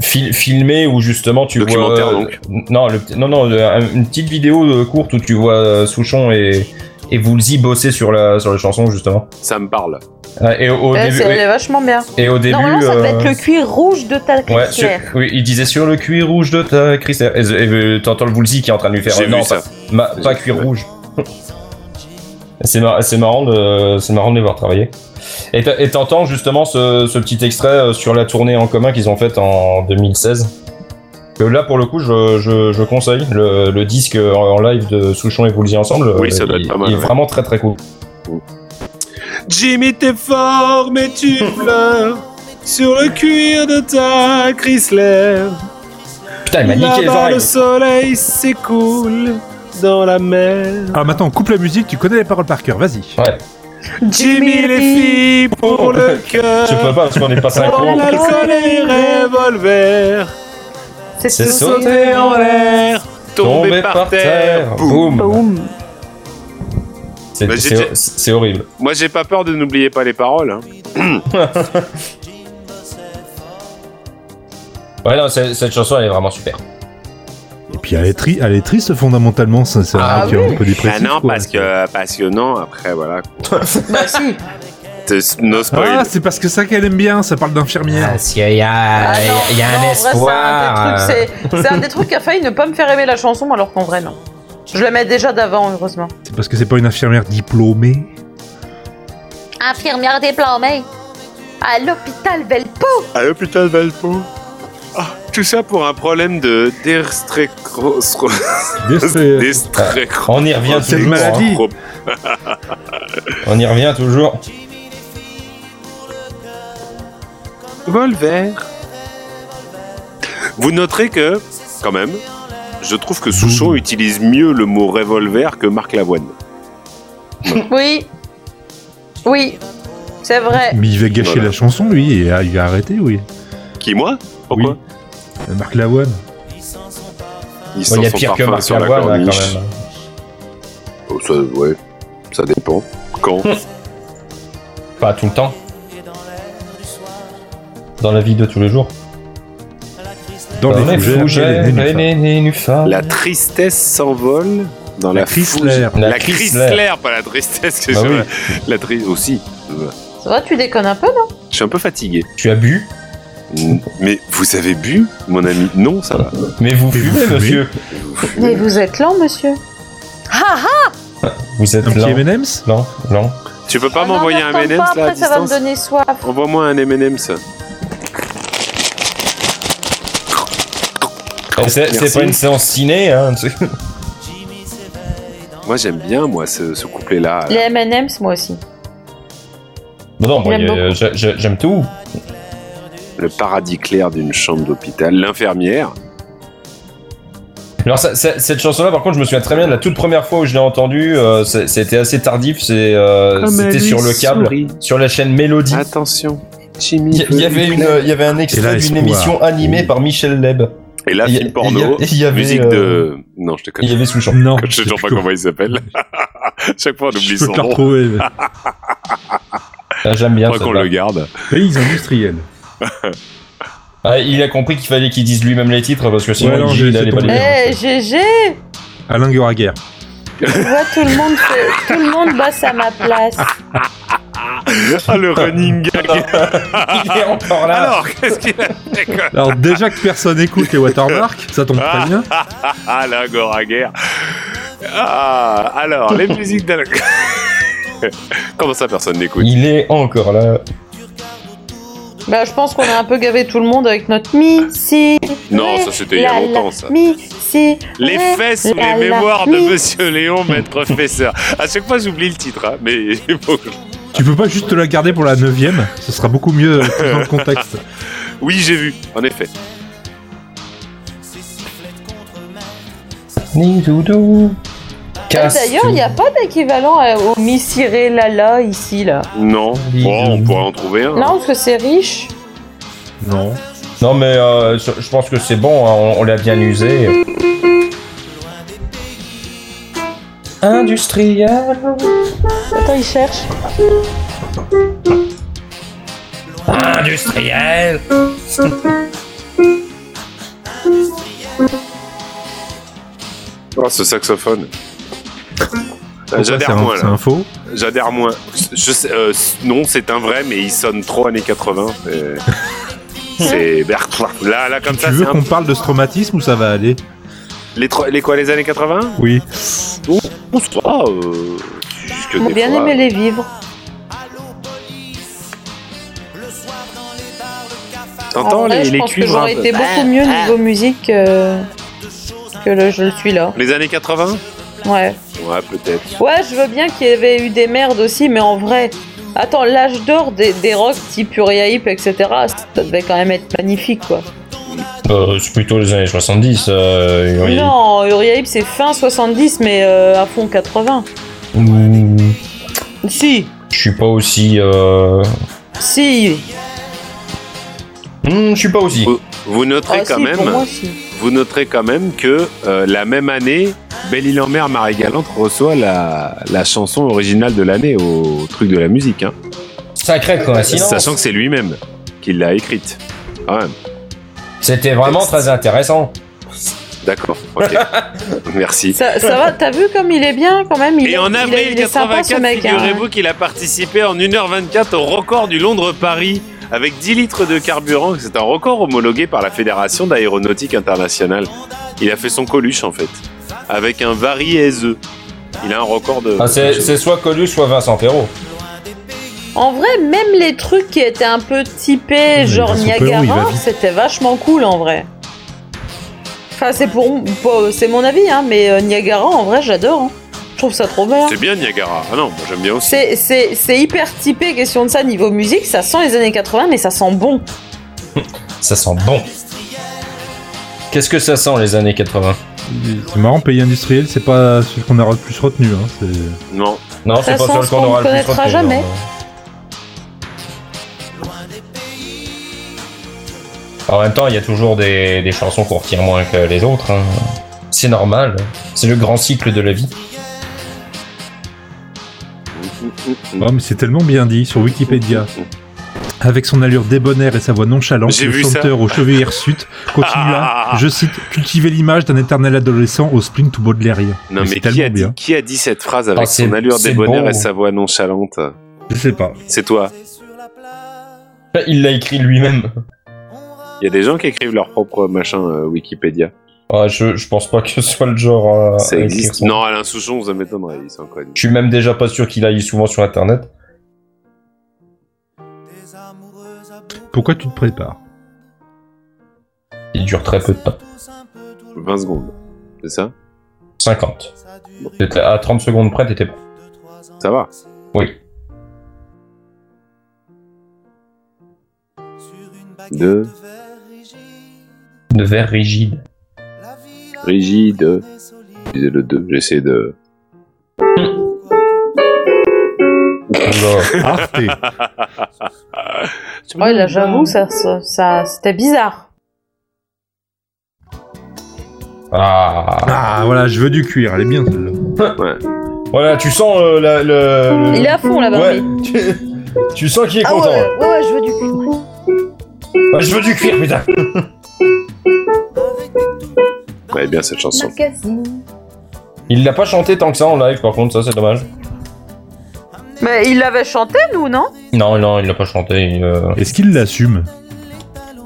Speaker 3: fil- filmé où justement tu
Speaker 4: Documentaire,
Speaker 3: vois. euh,
Speaker 4: donc.
Speaker 3: Non, le petit- non, non, euh, une petite vidéo euh, courte où tu vois euh, Souchon et, et vous y bosser sur la, sur la chanson justement.
Speaker 4: Ça me parle.
Speaker 3: Euh, Et au, au
Speaker 1: Ouais,
Speaker 3: début.
Speaker 1: Eh, c'est- elle est vachement bien.
Speaker 3: Et au début.
Speaker 1: Normalement, ça peut
Speaker 3: euh,
Speaker 1: être le cuir rouge de ta
Speaker 3: Ouais,
Speaker 1: claire.
Speaker 3: sur- oui, il disait sur le cuir rouge de ta Chrysler. Et, et, euh, t'entends le Woolsey qui est en train de lui faire.
Speaker 4: J'ai
Speaker 3: euh, non,
Speaker 4: vu ça.
Speaker 3: pas, ma- pas
Speaker 4: J'ai-
Speaker 3: cuir
Speaker 4: ouais.
Speaker 3: rouge. <laughs> c'est mar- c'est marrant, de, c'est marrant de les voir travailler. Et t'a- et t'entends justement ce, ce petit extrait euh, sur la tournée en commun qu'ils ont faite en 2016. Que là, pour le coup, je, je, je conseille le, le disque en, en live de Souchon et Woolsey ensemble.
Speaker 4: Oui,
Speaker 3: euh,
Speaker 4: ça doit
Speaker 3: il-
Speaker 4: être pas mal,
Speaker 3: Il est
Speaker 4: ouais.
Speaker 3: vraiment très très cool.
Speaker 4: Jimmy, t'es fort, mais tu pleures sur le cuir de ta Chrysler.
Speaker 3: Putain, il m'a niqué les oreilles.
Speaker 4: soleil s'écoule dans la mer.
Speaker 2: Ah, maintenant, coupe la musique, tu connais les paroles par cœur, vas-y.
Speaker 3: Ouais.
Speaker 5: Jimmy les filles pour le cœur.
Speaker 3: Je peux pas parce qu'on est pas
Speaker 5: Pour
Speaker 3: synchro.
Speaker 5: l'alcool et les revolvers.
Speaker 3: C'est
Speaker 5: Sauter en l'air.
Speaker 3: Tomber par terre. Boum.
Speaker 1: Boum.
Speaker 3: C'est-
Speaker 4: Bah, j'ai-
Speaker 3: C'est c'est horrible.
Speaker 4: Moi, j'ai pas peur de n'oublier pas les paroles. hein.
Speaker 3: Ouais, non, c'est- cette chanson, elle est vraiment super.
Speaker 2: Et puis elle est, tri- elle est triste fondamentalement, ça c'est
Speaker 1: Ah
Speaker 2: un truc
Speaker 1: oui.
Speaker 2: un peu dépressif.
Speaker 4: Ah non,
Speaker 2: quoi.
Speaker 4: parce que passionnant, après, voilà.
Speaker 1: Bah si.
Speaker 4: Te- No spoil.
Speaker 2: Ah, c'est parce que ça qu'elle aime bien, ça parle d'infirmière.
Speaker 3: Parce qu'il y a,
Speaker 1: Ah non, non, en vrai, c'est un des trucs- C'est c'est un des trucs qui a failli ne pas me faire aimer la chanson, alors qu'en vrai, non. Je l'aimais déjà d'avant, heureusement.
Speaker 4: Ah.
Speaker 2: C'est parce que c'est pas une infirmière diplômée.
Speaker 6: Infirmière diplômée à l'hôpital Velpo.
Speaker 4: À l'hôpital Valpo. Ah, tout ça pour un problème de <laughs> d'estrécro-
Speaker 2: Des-
Speaker 4: d'estrécro-
Speaker 3: on Ah, y revient
Speaker 2: C'est une
Speaker 3: toujours.
Speaker 2: maladie.
Speaker 3: hein. On y revient toujours.
Speaker 5: Revolver.
Speaker 4: Vous noterez que, quand même, je trouve que Souchon
Speaker 3: Mmh.
Speaker 2: Boum.
Speaker 4: utilise mieux le mot revolver que Marc Lavoine.
Speaker 1: <laughs> Oui. Oui. C'est vrai.
Speaker 2: Mais il va gâcher
Speaker 4: Voilà.
Speaker 2: la chanson lui et ah, il va arrêter, oui.
Speaker 4: Qui, moi Pourquoi
Speaker 2: Oui. Euh, Marc Lavoine.
Speaker 4: Il
Speaker 3: Bon, Il y a
Speaker 4: sent son
Speaker 3: pire que
Speaker 4: parfum
Speaker 3: Marc
Speaker 4: sur la
Speaker 3: Lavoine, hein, là,
Speaker 4: corniche.
Speaker 3: quand même.
Speaker 4: Oh, ça, ouais, ça dépend.
Speaker 3: <laughs>
Speaker 4: Quand
Speaker 3: Pas tout le temps. Dans la vie de tous les jours. Bah,
Speaker 2: Dans
Speaker 4: Bah,
Speaker 2: les fougères et les nénuphars.
Speaker 3: les nénuphars.
Speaker 4: La tristesse s'envole dans la,
Speaker 2: La Chrysler.
Speaker 4: fougère- La,
Speaker 3: La
Speaker 4: Chrysler.
Speaker 3: Chrysler.
Speaker 4: pas la tristesse que
Speaker 3: Bah
Speaker 4: sur
Speaker 3: oui.
Speaker 4: la, la tri- aussi.
Speaker 1: C'est vrai, tu déconnes un peu, non
Speaker 4: Je suis un peu fatigué.
Speaker 3: Tu as bu,
Speaker 4: Mm, Mais vous avez bu, mon ami Non, ça va.
Speaker 3: mais
Speaker 2: Mais vous
Speaker 3: vous fumez,
Speaker 2: fumez.
Speaker 3: monsieur.
Speaker 1: Mais vous êtes lent, monsieur. Ah,
Speaker 3: Vous êtes
Speaker 2: Un petit
Speaker 3: lent.
Speaker 2: M&M's
Speaker 3: Lent, lent.
Speaker 4: Tu peux pas
Speaker 1: Ah non,
Speaker 4: m'envoyer
Speaker 1: ne
Speaker 4: un
Speaker 1: retourne
Speaker 4: M&M's
Speaker 1: pas,
Speaker 4: là à
Speaker 1: Après, ça va me
Speaker 4: distance
Speaker 1: donner soif.
Speaker 4: Envoie-moi un M&M's.
Speaker 3: Eh, C'est c'est
Speaker 4: Merci.
Speaker 3: pas une séance ciné, hein.
Speaker 4: Moi j'aime bien moi ce, ce couplet là.
Speaker 1: Les M&M's, moi aussi.
Speaker 3: Bon, non, bon,
Speaker 1: J'aime
Speaker 3: il y a-
Speaker 1: beaucoup.
Speaker 3: j'a- j'a- j'aime tout.
Speaker 4: Le paradis clair d'une chambre d'hôpital, l'infirmière.
Speaker 3: Alors ça- ça- cette chanson-là, par contre, je me souviens très bien de la toute première fois où je l'ai entendue. euh, c'est- C'était assez tardif. c'est,
Speaker 2: Ah,
Speaker 3: euh, C'était sur le câble, sur la chaîne Mélodie.
Speaker 4: Attention, Jimmy.
Speaker 3: Il y, il y avait une, il y avait un
Speaker 2: Et là,
Speaker 3: extrait d'une
Speaker 2: espoir.
Speaker 3: émission animée
Speaker 2: Oui.
Speaker 3: par Michel Leb.
Speaker 4: Et là
Speaker 3: il y a-
Speaker 4: hein film porno.
Speaker 3: il y a- il y avait,
Speaker 4: musique
Speaker 3: euh,
Speaker 4: de. Non, je te
Speaker 3: Il y
Speaker 4: connais.
Speaker 3: avait Souchon.
Speaker 2: Non.
Speaker 4: Je sais toujours
Speaker 3: <laughs>
Speaker 4: pas comment il s'appelle. <laughs> Chaque fois on oublie
Speaker 2: Je peux
Speaker 4: son
Speaker 2: te la
Speaker 4: nom.
Speaker 2: retrouver.
Speaker 4: <laughs>
Speaker 2: mais-
Speaker 3: Ah, J'aime bien.
Speaker 4: Faudrait
Speaker 3: ça,
Speaker 4: qu'on
Speaker 3: ça.
Speaker 4: le garde.
Speaker 2: Pays industriel.
Speaker 3: Ah, il a compris qu'il fallait qu'il dise lui-même les titres parce que sinon
Speaker 2: Ouais, non,
Speaker 3: il,
Speaker 2: j'ai
Speaker 3: il allait
Speaker 2: laissé
Speaker 3: pas les
Speaker 1: Eh,
Speaker 2: tomber.
Speaker 3: dire.
Speaker 1: GG
Speaker 2: Alain Goraguer.
Speaker 1: Tu vois, tout le monde, fait- tout le monde bosse à ma place.
Speaker 4: Ah le running gag.
Speaker 3: <laughs> Il est encore là.
Speaker 4: Alors qu'est-ce qu'il a fait quoi
Speaker 2: Alors déjà que personne écoute les watermarks, ça tombe très bien.
Speaker 4: Ah la Goraguer. Ah alors les musiques d'Alain. <laughs> Comment ça personne n'écoute
Speaker 3: Il est encore là.
Speaker 1: Bah, je pense qu'on a un peu gavé tout le monde avec notre mi, si.
Speaker 4: Non
Speaker 1: ré,
Speaker 4: ça c'était il y a
Speaker 1: la,
Speaker 4: longtemps
Speaker 1: la,
Speaker 4: ça.
Speaker 1: Mi, si.
Speaker 4: Les
Speaker 1: ré,
Speaker 4: fesses ou
Speaker 1: la,
Speaker 4: les
Speaker 1: la,
Speaker 4: mémoires
Speaker 1: mi.
Speaker 4: de Monsieur Léon, maître professeur. À chaque fois, j'oublie le titre, hein, mais il faut que je-
Speaker 2: Tu peux pas juste te la garder pour la neuvième, ce sera beaucoup mieux euh, dans le contexte.
Speaker 4: oui, j'ai vu, en effet.
Speaker 3: Ni doudou.
Speaker 1: Ah,
Speaker 3: Casse.
Speaker 1: D'ailleurs, il n'y a pas d'équivalent à- au mi, si, ré, la, la, ici, là.
Speaker 4: Non,
Speaker 3: Oui,
Speaker 4: Bon, on
Speaker 3: oui.
Speaker 4: pourrait en trouver un.
Speaker 1: Non, parce que c'est riche.
Speaker 2: Non.
Speaker 3: Non mais euh, je je pense que c'est bon. hein, on on l'a bien usé. Industriel.
Speaker 1: Attends, il cherche.
Speaker 3: Industriel.
Speaker 4: Oh, ce saxophone. Euh,
Speaker 2: Pourquoi c'est
Speaker 4: Ah, J'adhère
Speaker 2: un,
Speaker 4: moins,
Speaker 2: c'est
Speaker 4: là.
Speaker 2: un faux.
Speaker 4: J'adhère moins. Je sais- euh, c- non, c'est un vrai, mais il sonne trop années 80.
Speaker 1: <laughs>
Speaker 4: Euh, C'est Bertrand. Là, là, comme
Speaker 2: tu
Speaker 4: ça,
Speaker 2: veux
Speaker 4: c'est
Speaker 2: qu'on
Speaker 4: un...
Speaker 2: parle de ce traumatisme ou ça va aller
Speaker 4: les, trois- les quoi, les années 80
Speaker 2: Oui.
Speaker 4: On se voit, euh, juste que
Speaker 1: J'ai
Speaker 4: des
Speaker 1: bien
Speaker 4: fois-
Speaker 1: aimé les vivre. En
Speaker 4: T'entends
Speaker 1: vrai,
Speaker 4: les,
Speaker 1: je
Speaker 4: les
Speaker 1: pense que
Speaker 4: cuivres hein. un
Speaker 1: j'aurais
Speaker 4: peu
Speaker 1: été beaucoup mieux niveau musique que, que le, je le suis là.
Speaker 4: Les années 80
Speaker 1: Ouais.
Speaker 4: Ouais, peut-être.
Speaker 1: Ouais, je veux bien qu'il y avait eu des merdes aussi, mais en vrai. Attends, l'âge d'or des, des rocks type Uriah Heep, etc., ça devait quand même être magnifique, quoi.
Speaker 3: Euh, c'est plutôt les années 70. euh, oui.
Speaker 1: Non, Uriah Heep, c'est fin 70, mais euh, à fond 80.
Speaker 3: Mmh.
Speaker 1: Si,
Speaker 3: Je suis pas aussi. euh,
Speaker 1: Si.
Speaker 3: hmm, je suis pas aussi.
Speaker 4: Vous noterez
Speaker 1: Ah,
Speaker 4: quand
Speaker 1: si,
Speaker 4: même.
Speaker 1: Pour moi, si.
Speaker 4: Vous noterez quand même que euh, la même année, Belle-Île-en-Mer, Marie-Galante reçoit la, la chanson originale de l'année au truc de la musique. Hein.
Speaker 3: Sacré coïncidence.
Speaker 4: Sachant que c'est lui-même qui l'a écrite. Quand même.
Speaker 3: C'était vraiment très intéressant.
Speaker 4: D'accord.
Speaker 1: <laughs>
Speaker 4: Ok. Merci.
Speaker 1: Ça, ça va, t'as vu comme il est bien quand même. Il
Speaker 5: Et
Speaker 1: est,
Speaker 5: en
Speaker 1: il est-
Speaker 5: avril
Speaker 1: il est sympa, ce
Speaker 5: 84,
Speaker 1: mec, hein.
Speaker 5: figurez-vous qu'il a participé en 1h24 au record du Londres-Paris avec 10 litres de
Speaker 4: De carburant, c'est un record homologué par la Fédération d'aéronautique internationale. Il a fait son coluche en fait, avec un Vari SE. Il a un record de.
Speaker 3: Ah, c'est c'est soit Colu, soit Vincent Perrault.
Speaker 1: En vrai, même les trucs qui étaient un peu typés,
Speaker 2: Mais
Speaker 1: genre
Speaker 2: Vincent Perrault, il va
Speaker 1: Niagara,
Speaker 2: vite.
Speaker 1: c'était vachement cool en vrai. Enfin, c'est pour, pour- c'est mon avis, hein, mais euh, Niagara, en vrai, j'adore. hein. Je trouve ça trop bien.
Speaker 4: C'est bien Niagara. Ah non, moi j'aime bien aussi.
Speaker 1: C'est- C'est c'est hyper typé, question de ça, niveau musique, ça sent les années 80, mais ça sent bon.
Speaker 3: Ça sent bon. Qu'est-ce que ça sent les années 80
Speaker 2: C'est marrant, pays industriel, c'est pas celui qu'on aura le plus retenu. Hein. c'est-
Speaker 4: Non.
Speaker 3: Non,
Speaker 1: Ça
Speaker 3: c'est pas
Speaker 1: sent
Speaker 3: celui
Speaker 1: ce
Speaker 3: qu'on
Speaker 1: qu'on
Speaker 3: aura le plus hein.
Speaker 1: connaîtra
Speaker 3: retenu,
Speaker 1: jamais.
Speaker 3: non. En même temps, il y a toujours des, des chansons qu'on retire moins que les autres. hein. C'est normal. C'est le grand cycle de la vie.
Speaker 4: Mm.
Speaker 2: Oh, mais c'est tellement bien dit sur Wikipédia. Avec son allure débonnaire et sa voix nonchalante,
Speaker 4: J'ai
Speaker 2: le
Speaker 4: vu ça.
Speaker 2: chanteur aux cheveux
Speaker 4: <laughs>
Speaker 2: hirsutes continue à, je cite, cultiver l'image d'un éternel adolescent au splint tout baudelairien.
Speaker 4: Non
Speaker 2: Mais
Speaker 4: mais,
Speaker 2: c'est
Speaker 4: qui, a
Speaker 2: tellement
Speaker 4: dit,
Speaker 2: bien.
Speaker 4: qui a dit cette phrase
Speaker 3: Ah,
Speaker 4: avec
Speaker 3: c'est-
Speaker 4: son allure
Speaker 3: c'est
Speaker 4: débonnaire
Speaker 3: beau.
Speaker 4: et sa voix nonchalante
Speaker 2: Je sais pas.
Speaker 4: C'est toi.
Speaker 3: Il l'a écrit lui-même.
Speaker 4: Il y a des gens qui écrivent leur propre machin euh, Wikipédia.
Speaker 3: Ah, je, je pense pas que ce soit le genre à,
Speaker 4: ça
Speaker 3: à écrire
Speaker 4: existe.
Speaker 3: son-
Speaker 4: Non, Alain Souchon, ça m'étonnerait, il s'en connaît.
Speaker 3: Je suis même déjà pas sûr qu'il aille souvent sur internet.
Speaker 2: Pourquoi tu te prépares
Speaker 3: Il dure très peu de temps.
Speaker 4: 20 secondes. C'est ça
Speaker 3: 50. T'étais à 30 secondes près, t'étais bon.
Speaker 4: Ça va.
Speaker 3: Oui.
Speaker 4: Deux.
Speaker 3: De verre rigide.
Speaker 4: Rigide. Disais le 2, j'essaie de.
Speaker 3: Oula.
Speaker 2: Arte.
Speaker 1: Ouais, là, j'avoue, ça, ça, ça- c'était bizarre.
Speaker 3: Ah.
Speaker 2: Ah voilà, je veux du cuir, elle est bien celle-là.
Speaker 3: Voilà, tu sens euh, la- le. le-
Speaker 1: Il est à fond, la
Speaker 3: Ouais.
Speaker 1: Barbie.
Speaker 3: Tu, <laughs> tu sens qu'il est
Speaker 6: Ah ouais,
Speaker 3: content.
Speaker 6: ouais, ouais, je veux du cul.
Speaker 3: Ah, je veux du cuir, putain.
Speaker 4: Elle est bien cette chanson.
Speaker 6: Magazine.
Speaker 3: Il l'a pas chanté tant que ça en live, par contre, ça c'est dommage.
Speaker 1: Mais il l'avait chanté, nous, non
Speaker 3: Non, non, il l'a pas chanté. euh,
Speaker 2: Est-ce qu'il l'assume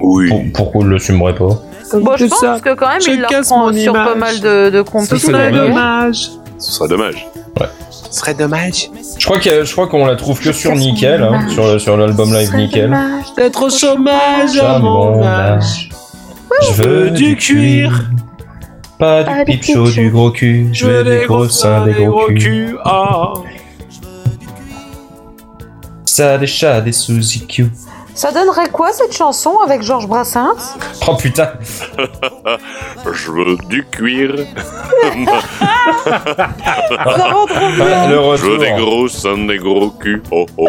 Speaker 4: Oui.
Speaker 3: pour- pourquoi il le sumerait pas
Speaker 1: Bon, je
Speaker 5: Tout
Speaker 1: pense
Speaker 5: ça,
Speaker 1: que quand même,
Speaker 5: je
Speaker 1: il le
Speaker 5: casse
Speaker 1: reprend
Speaker 5: mon
Speaker 1: sur pas
Speaker 5: image.
Speaker 1: mal de, de compétitions.
Speaker 2: serait dommage.
Speaker 5: dommage.
Speaker 4: Ce serait dommage.
Speaker 3: Ouais.
Speaker 4: Ce serait dommage.
Speaker 3: Je crois que je crois qu'on la trouve que sur Nickel, hein, sur le- sur l'album live Nickel.
Speaker 5: D'être au chômage à mon âge.
Speaker 3: Je veux du cuir. Pas du
Speaker 6: Pas du
Speaker 3: pipe chaud,
Speaker 6: pipe chaud.
Speaker 3: du gros cul. Je veux des gros seins, des gros culs.
Speaker 1: Oh.
Speaker 5: Ah.
Speaker 3: Ça, des chats, des sous-IQ.
Speaker 1: Ça donnerait quoi cette chanson avec Georges Brassens
Speaker 3: Oh putain
Speaker 4: Je veux du cuir. <laughs>
Speaker 1: Vraiment trop
Speaker 3: <laughs> Ah,
Speaker 1: bien.
Speaker 3: Le
Speaker 4: Je veux des
Speaker 3: retour.
Speaker 4: gros seins, des gros culs. Oh oh.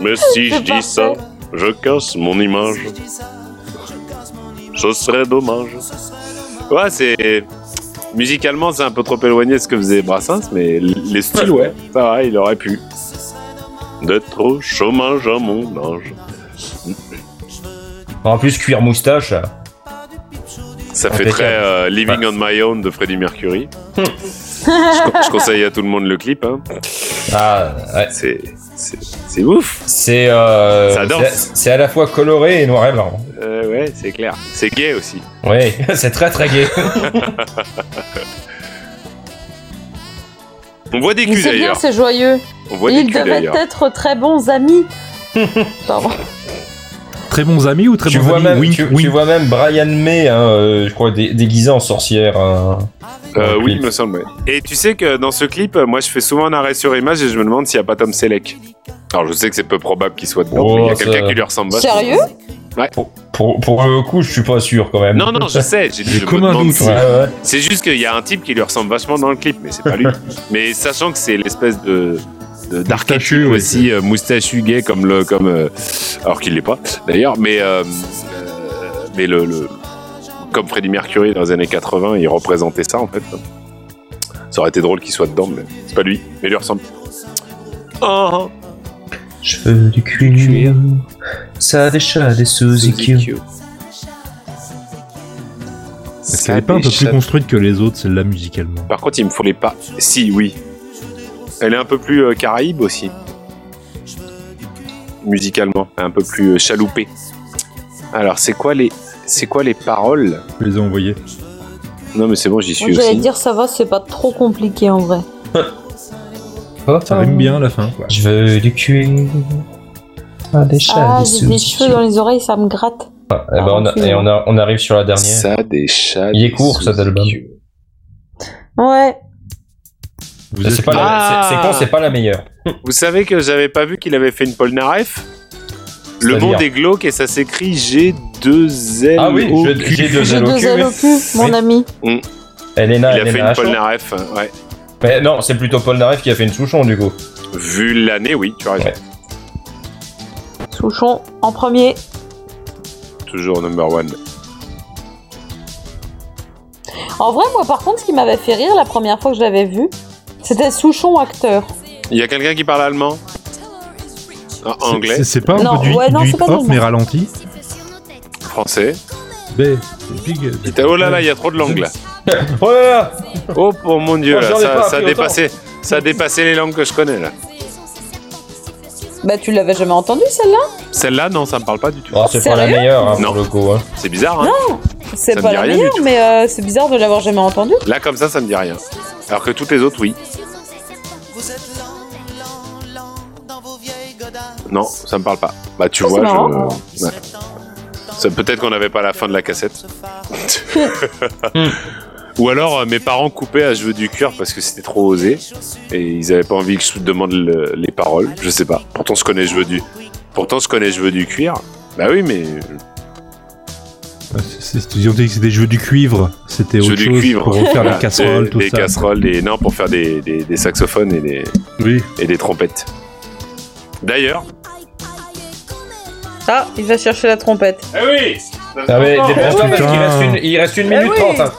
Speaker 4: Mais si je dis ça, je casse mon image. Ce serait dommage. Ouais, c'est. Musicalement, c'est un peu trop éloigné de ce que faisait Brassens, mais l- les styles, Ah, ouais, ça va, il aurait pu. D'être au chômage à mon âge.
Speaker 3: En plus, cuir moustache.
Speaker 4: Ça fait
Speaker 3: Impeccable.
Speaker 4: très euh, Living on My Own de Freddie Mercury.
Speaker 1: Hmm.
Speaker 4: je, con- je conseille à tout le monde le clip. Hein.
Speaker 3: Ah, ouais.
Speaker 4: C'est, c'est, c'est ouf.
Speaker 3: c'est euh,
Speaker 4: Ça danse.
Speaker 3: c'est- c'est à la fois coloré et noir et blanc.
Speaker 4: Euh, ouais, c'est clair. C'est gay aussi.
Speaker 3: Oui, <laughs> c'est très très gai.
Speaker 4: On voit des
Speaker 1: Mais
Speaker 4: culs
Speaker 1: c'est bien,
Speaker 4: d'ailleurs.
Speaker 1: c'est joyeux.
Speaker 4: On voit
Speaker 1: Et
Speaker 4: des
Speaker 1: ils
Speaker 4: culs
Speaker 1: devaient
Speaker 4: d'ailleurs. Bah,
Speaker 1: être très bons amis.
Speaker 4: <laughs>
Speaker 1: Pardon.
Speaker 2: Très bons amis ou très
Speaker 3: tu
Speaker 2: bons
Speaker 3: vois
Speaker 2: amis
Speaker 3: même,
Speaker 2: Wink,
Speaker 3: tu, tu
Speaker 2: wink.
Speaker 3: vois même Brian May, hein, euh, je crois dé- déguisé en sorcière. hein.
Speaker 4: Euh,
Speaker 3: Dans le
Speaker 4: oui,
Speaker 3: clip.
Speaker 4: il me semble. ouais. Et tu sais que dans ce clip, euh, moi je fais souvent un arrêt sur image et je me demande s'il n'y a pas Tom Selleck. Alors je sais que c'est peu probable qu'il soit dedans,
Speaker 3: Oh,
Speaker 4: mais il y a
Speaker 3: ça-
Speaker 4: quelqu'un qui lui ressemble vachement.
Speaker 1: Sérieux
Speaker 3: Pour, pour, pour le coup, je suis pas sûr quand même.
Speaker 4: Non, non, je sais, j'ai dit le
Speaker 2: Comme un
Speaker 4: demande
Speaker 2: doute,
Speaker 4: si-
Speaker 3: <laughs> Ouais, ouais.
Speaker 4: C'est juste qu'il y a un type qui lui ressemble vachement dans le clip, mais c'est pas lui. mais sachant que c'est l'espèce de de-
Speaker 2: Moustachu,
Speaker 4: d'archétype
Speaker 2: ouais,
Speaker 4: aussi euh, moustachu gay comme le comme euh, alors qu'il l'est pas d'ailleurs mais euh, euh, mais le, le- comme Freddie Mercury dans les années 80 il représentait ça en fait ça aurait été drôle qu'il soit dedans mais c'est pas lui mais il lui ressemble
Speaker 5: Oh,
Speaker 3: Cheveux du cuir. Ça déchire des Suzuki.
Speaker 2: Est-ce qu'elle est pas un peu plus construite que les autres, celle-là, musicalement
Speaker 4: par contre il me faut les pas si oui elle est un peu plus euh, caraïbe aussi musicalement un peu plus euh, chaloupée alors c'est quoi les c'est quoi les paroles
Speaker 2: Je les ai envoyées.
Speaker 4: non mais c'est bon j'y
Speaker 1: Moi,
Speaker 4: suis
Speaker 1: J'allais
Speaker 4: aussi
Speaker 1: dire ça va, c'est pas trop compliqué en vrai.
Speaker 3: Oh,
Speaker 2: Ça rime bien à la fin, quoi.
Speaker 3: Je veux du cuir. Ah, des chats,
Speaker 1: Ah,
Speaker 3: des
Speaker 1: j'ai des cheveux dans les oreilles, ça me gratte.
Speaker 3: Eh ben, on a- et on, a- on arrive sur la dernière.
Speaker 4: Ça des chats.
Speaker 3: Il est
Speaker 4: des
Speaker 3: court, cet
Speaker 4: Suzuki.
Speaker 3: album.
Speaker 1: Ouais.
Speaker 2: Vous
Speaker 3: Bah, C'est
Speaker 2: êtes
Speaker 3: pas
Speaker 2: là.
Speaker 3: la- c'est- c'est con, c'est pas la meilleure.
Speaker 4: Vous savez que j'avais pas vu qu'il avait fait une Polnareff Le
Speaker 3: C'est-à-dire
Speaker 4: monde est glauque et ça s'écrit G2L.
Speaker 3: Ah oui, je- j'ai deux
Speaker 1: J'ai
Speaker 3: ailes au
Speaker 1: deux
Speaker 3: cul.
Speaker 1: ailes au cul, mon
Speaker 3: Oui.
Speaker 1: ami.
Speaker 3: Elena,
Speaker 4: Il a fait
Speaker 3: Elena
Speaker 4: une
Speaker 3: H. hein.
Speaker 4: Polnareff, ouais.
Speaker 3: Mais non, c'est plutôt Paul Naref qui a fait une souchon du coup.
Speaker 4: Vu l'année, oui, tu as raison.
Speaker 3: Ouais.
Speaker 1: Souchon en premier.
Speaker 4: Toujours number one.
Speaker 1: En vrai, moi par contre, ce qui m'avait fait rire la première fois que je l'avais vu, c'était Souchon acteur.
Speaker 4: Il y a quelqu'un qui parle allemand Ah,
Speaker 2: C'est-
Speaker 4: Anglais
Speaker 2: c'est- C'est pas un
Speaker 1: Non,
Speaker 2: peu du,
Speaker 1: ouais, non,
Speaker 2: du
Speaker 1: c'est pas
Speaker 2: hip-hop,
Speaker 1: du-
Speaker 2: mais ralenti
Speaker 4: Français
Speaker 2: B. Big-
Speaker 4: Ita- Oh là là, il y a trop de langues
Speaker 3: <laughs>
Speaker 4: là.
Speaker 3: Oh là là
Speaker 4: Oh, oh mon dieu,
Speaker 3: Oh,
Speaker 4: là,
Speaker 3: j'en ai
Speaker 4: ça, ça,
Speaker 3: pas
Speaker 4: a
Speaker 3: appris autant.
Speaker 4: dépassé, ça a dépassé les langues que je connais là.
Speaker 1: Bah, tu l'avais jamais entendu celle-là
Speaker 4: Celle-là, non, ça me parle pas du tout.
Speaker 3: Oh, C'est pas la
Speaker 1: Sérieux
Speaker 3: meilleure hein, pour
Speaker 4: Non.
Speaker 3: le coup. hein.
Speaker 4: C'est bizarre, hein
Speaker 1: C'est
Speaker 4: Ça me
Speaker 1: pas
Speaker 4: dit
Speaker 1: la
Speaker 4: rien du
Speaker 1: meilleure,
Speaker 4: tout.
Speaker 1: mais euh, c'est bizarre de l'avoir jamais entendu.
Speaker 4: Là, comme ça, ça me dit rien. Alors que toutes les autres, oui.
Speaker 7: Vous êtes lent, lent, lent dans vos vieilles godasses.
Speaker 4: Non, ça me parle pas. Bah tu
Speaker 1: Ça,
Speaker 4: vois,
Speaker 1: Oh, c'est marrant.
Speaker 4: je... ouais. Ça- peut-être qu'on n'avait pas la fin de la cassette. Ou alors euh, mes parents coupaient à Jeux du cœur parce que c'était trop osé et ils avaient pas envie que je demande le- les paroles. Je sais pas. Pourtant je connais je veux du. Pourtant je connais je veux du cuir. Bah oui mais
Speaker 2: Ah, c'est- c'est- Ils ont dit que c'était jeux du cuivre. C'était
Speaker 4: Jeux
Speaker 2: autre
Speaker 4: du
Speaker 2: chose
Speaker 4: cuivre.
Speaker 2: pour refaire
Speaker 4: <laughs> voilà,
Speaker 2: les casseroles,
Speaker 4: des-
Speaker 2: tout
Speaker 4: des
Speaker 2: ça.
Speaker 4: casseroles, des non pour faire des, des- des saxophones et des,
Speaker 2: Oui.
Speaker 4: et des trompettes. D'ailleurs.
Speaker 1: Ah, il va chercher la trompette.
Speaker 4: Eh oui.
Speaker 3: Ah, mais
Speaker 4: Ah,
Speaker 3: dépêche-toi,
Speaker 2: ouais.
Speaker 3: parce qu'il reste une- il reste une minute
Speaker 1: oui.
Speaker 3: trente. hein.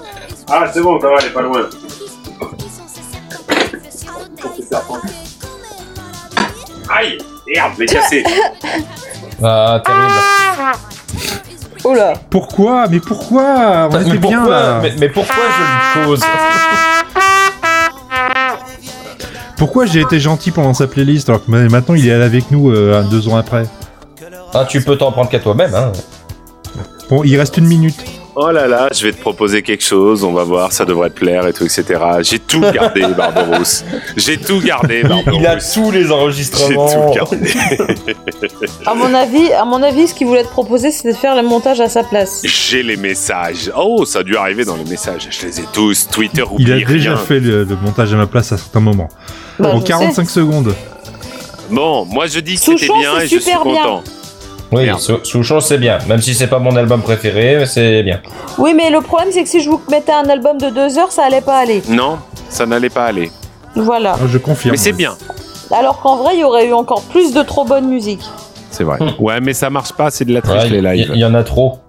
Speaker 4: c'est bon, ça va, elle est pas loin. Aïe, merde, je l'ai cassé.
Speaker 3: Ah, terrible.
Speaker 1: Oh là
Speaker 2: Pourquoi Mais pourquoi On
Speaker 3: mais,
Speaker 2: était
Speaker 3: pourquoi,
Speaker 2: bien là.
Speaker 3: mais, mais pourquoi je le cause
Speaker 1: Ah.
Speaker 2: Pourquoi j'ai été gentil pendant sa playlist alors que ma- maintenant il est allé avec nous euh, deux ans après
Speaker 3: ah, Tu peux t'en prendre qu'à toi-même. Hein.
Speaker 2: Bon, il reste une minute.
Speaker 4: Oh là là, je vais te proposer quelque chose, on va voir, ça devrait te plaire et tout, etc. J'ai tout gardé, Barbarousse. J'ai tout gardé,
Speaker 3: Il, il a
Speaker 4: Barbarousse.
Speaker 3: tous
Speaker 4: Oh,
Speaker 3: les
Speaker 4: J'ai
Speaker 3: enregistrements.
Speaker 4: tout gardé.
Speaker 1: À mon avis, à mon avis, ce qu'il voulait te proposer, c'était de faire le montage à sa place.
Speaker 4: J'ai les messages. Oh, ça a dû arriver dans les messages. Je les ai tous. Twitter ou
Speaker 2: Il a
Speaker 4: rien.
Speaker 2: déjà fait le, le montage à ma place à certains moments.
Speaker 1: Bah,
Speaker 2: en
Speaker 1: je
Speaker 2: 45 secondes.
Speaker 4: Bon, moi je dis que c'était
Speaker 1: Souchon,
Speaker 4: bien
Speaker 1: c'est
Speaker 4: et je suis
Speaker 1: super bien.
Speaker 4: content.
Speaker 3: Oui,
Speaker 4: Merde.
Speaker 3: Sou- Souchon, c'est bien. Même si c'est pas mon album préféré, c'est bien.
Speaker 1: sais. Oui, mais le problème, c'est que si je vous mettais un album de deux heures, ça allait pas aller.
Speaker 4: Non, ça n'allait pas aller.
Speaker 1: Voilà.
Speaker 2: Ah, je confirme.
Speaker 4: Mais c'est bien.
Speaker 1: Alors qu'en vrai, il y aurait eu encore plus de trop bonne musique.
Speaker 4: C'est vrai.
Speaker 3: Hmm.
Speaker 4: Ouais, mais ça marche pas, c'est de la triche
Speaker 3: Ouais,
Speaker 4: les
Speaker 3: Il
Speaker 4: lives.
Speaker 3: il y, en a trop.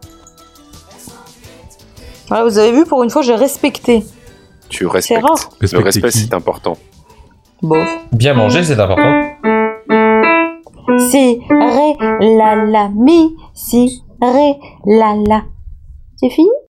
Speaker 1: Voilà, vous avez vu, pour une fois, j'ai respecté.
Speaker 4: Tu
Speaker 1: C'est
Speaker 4: respectes.
Speaker 1: rare.
Speaker 4: Le
Speaker 2: Respectez
Speaker 4: respect,
Speaker 2: qui
Speaker 4: c'est important.
Speaker 1: Bof.
Speaker 3: Bien manger, c'est important.
Speaker 6: Si, ré, la, la, mi, si, ré, la, la. C'est fini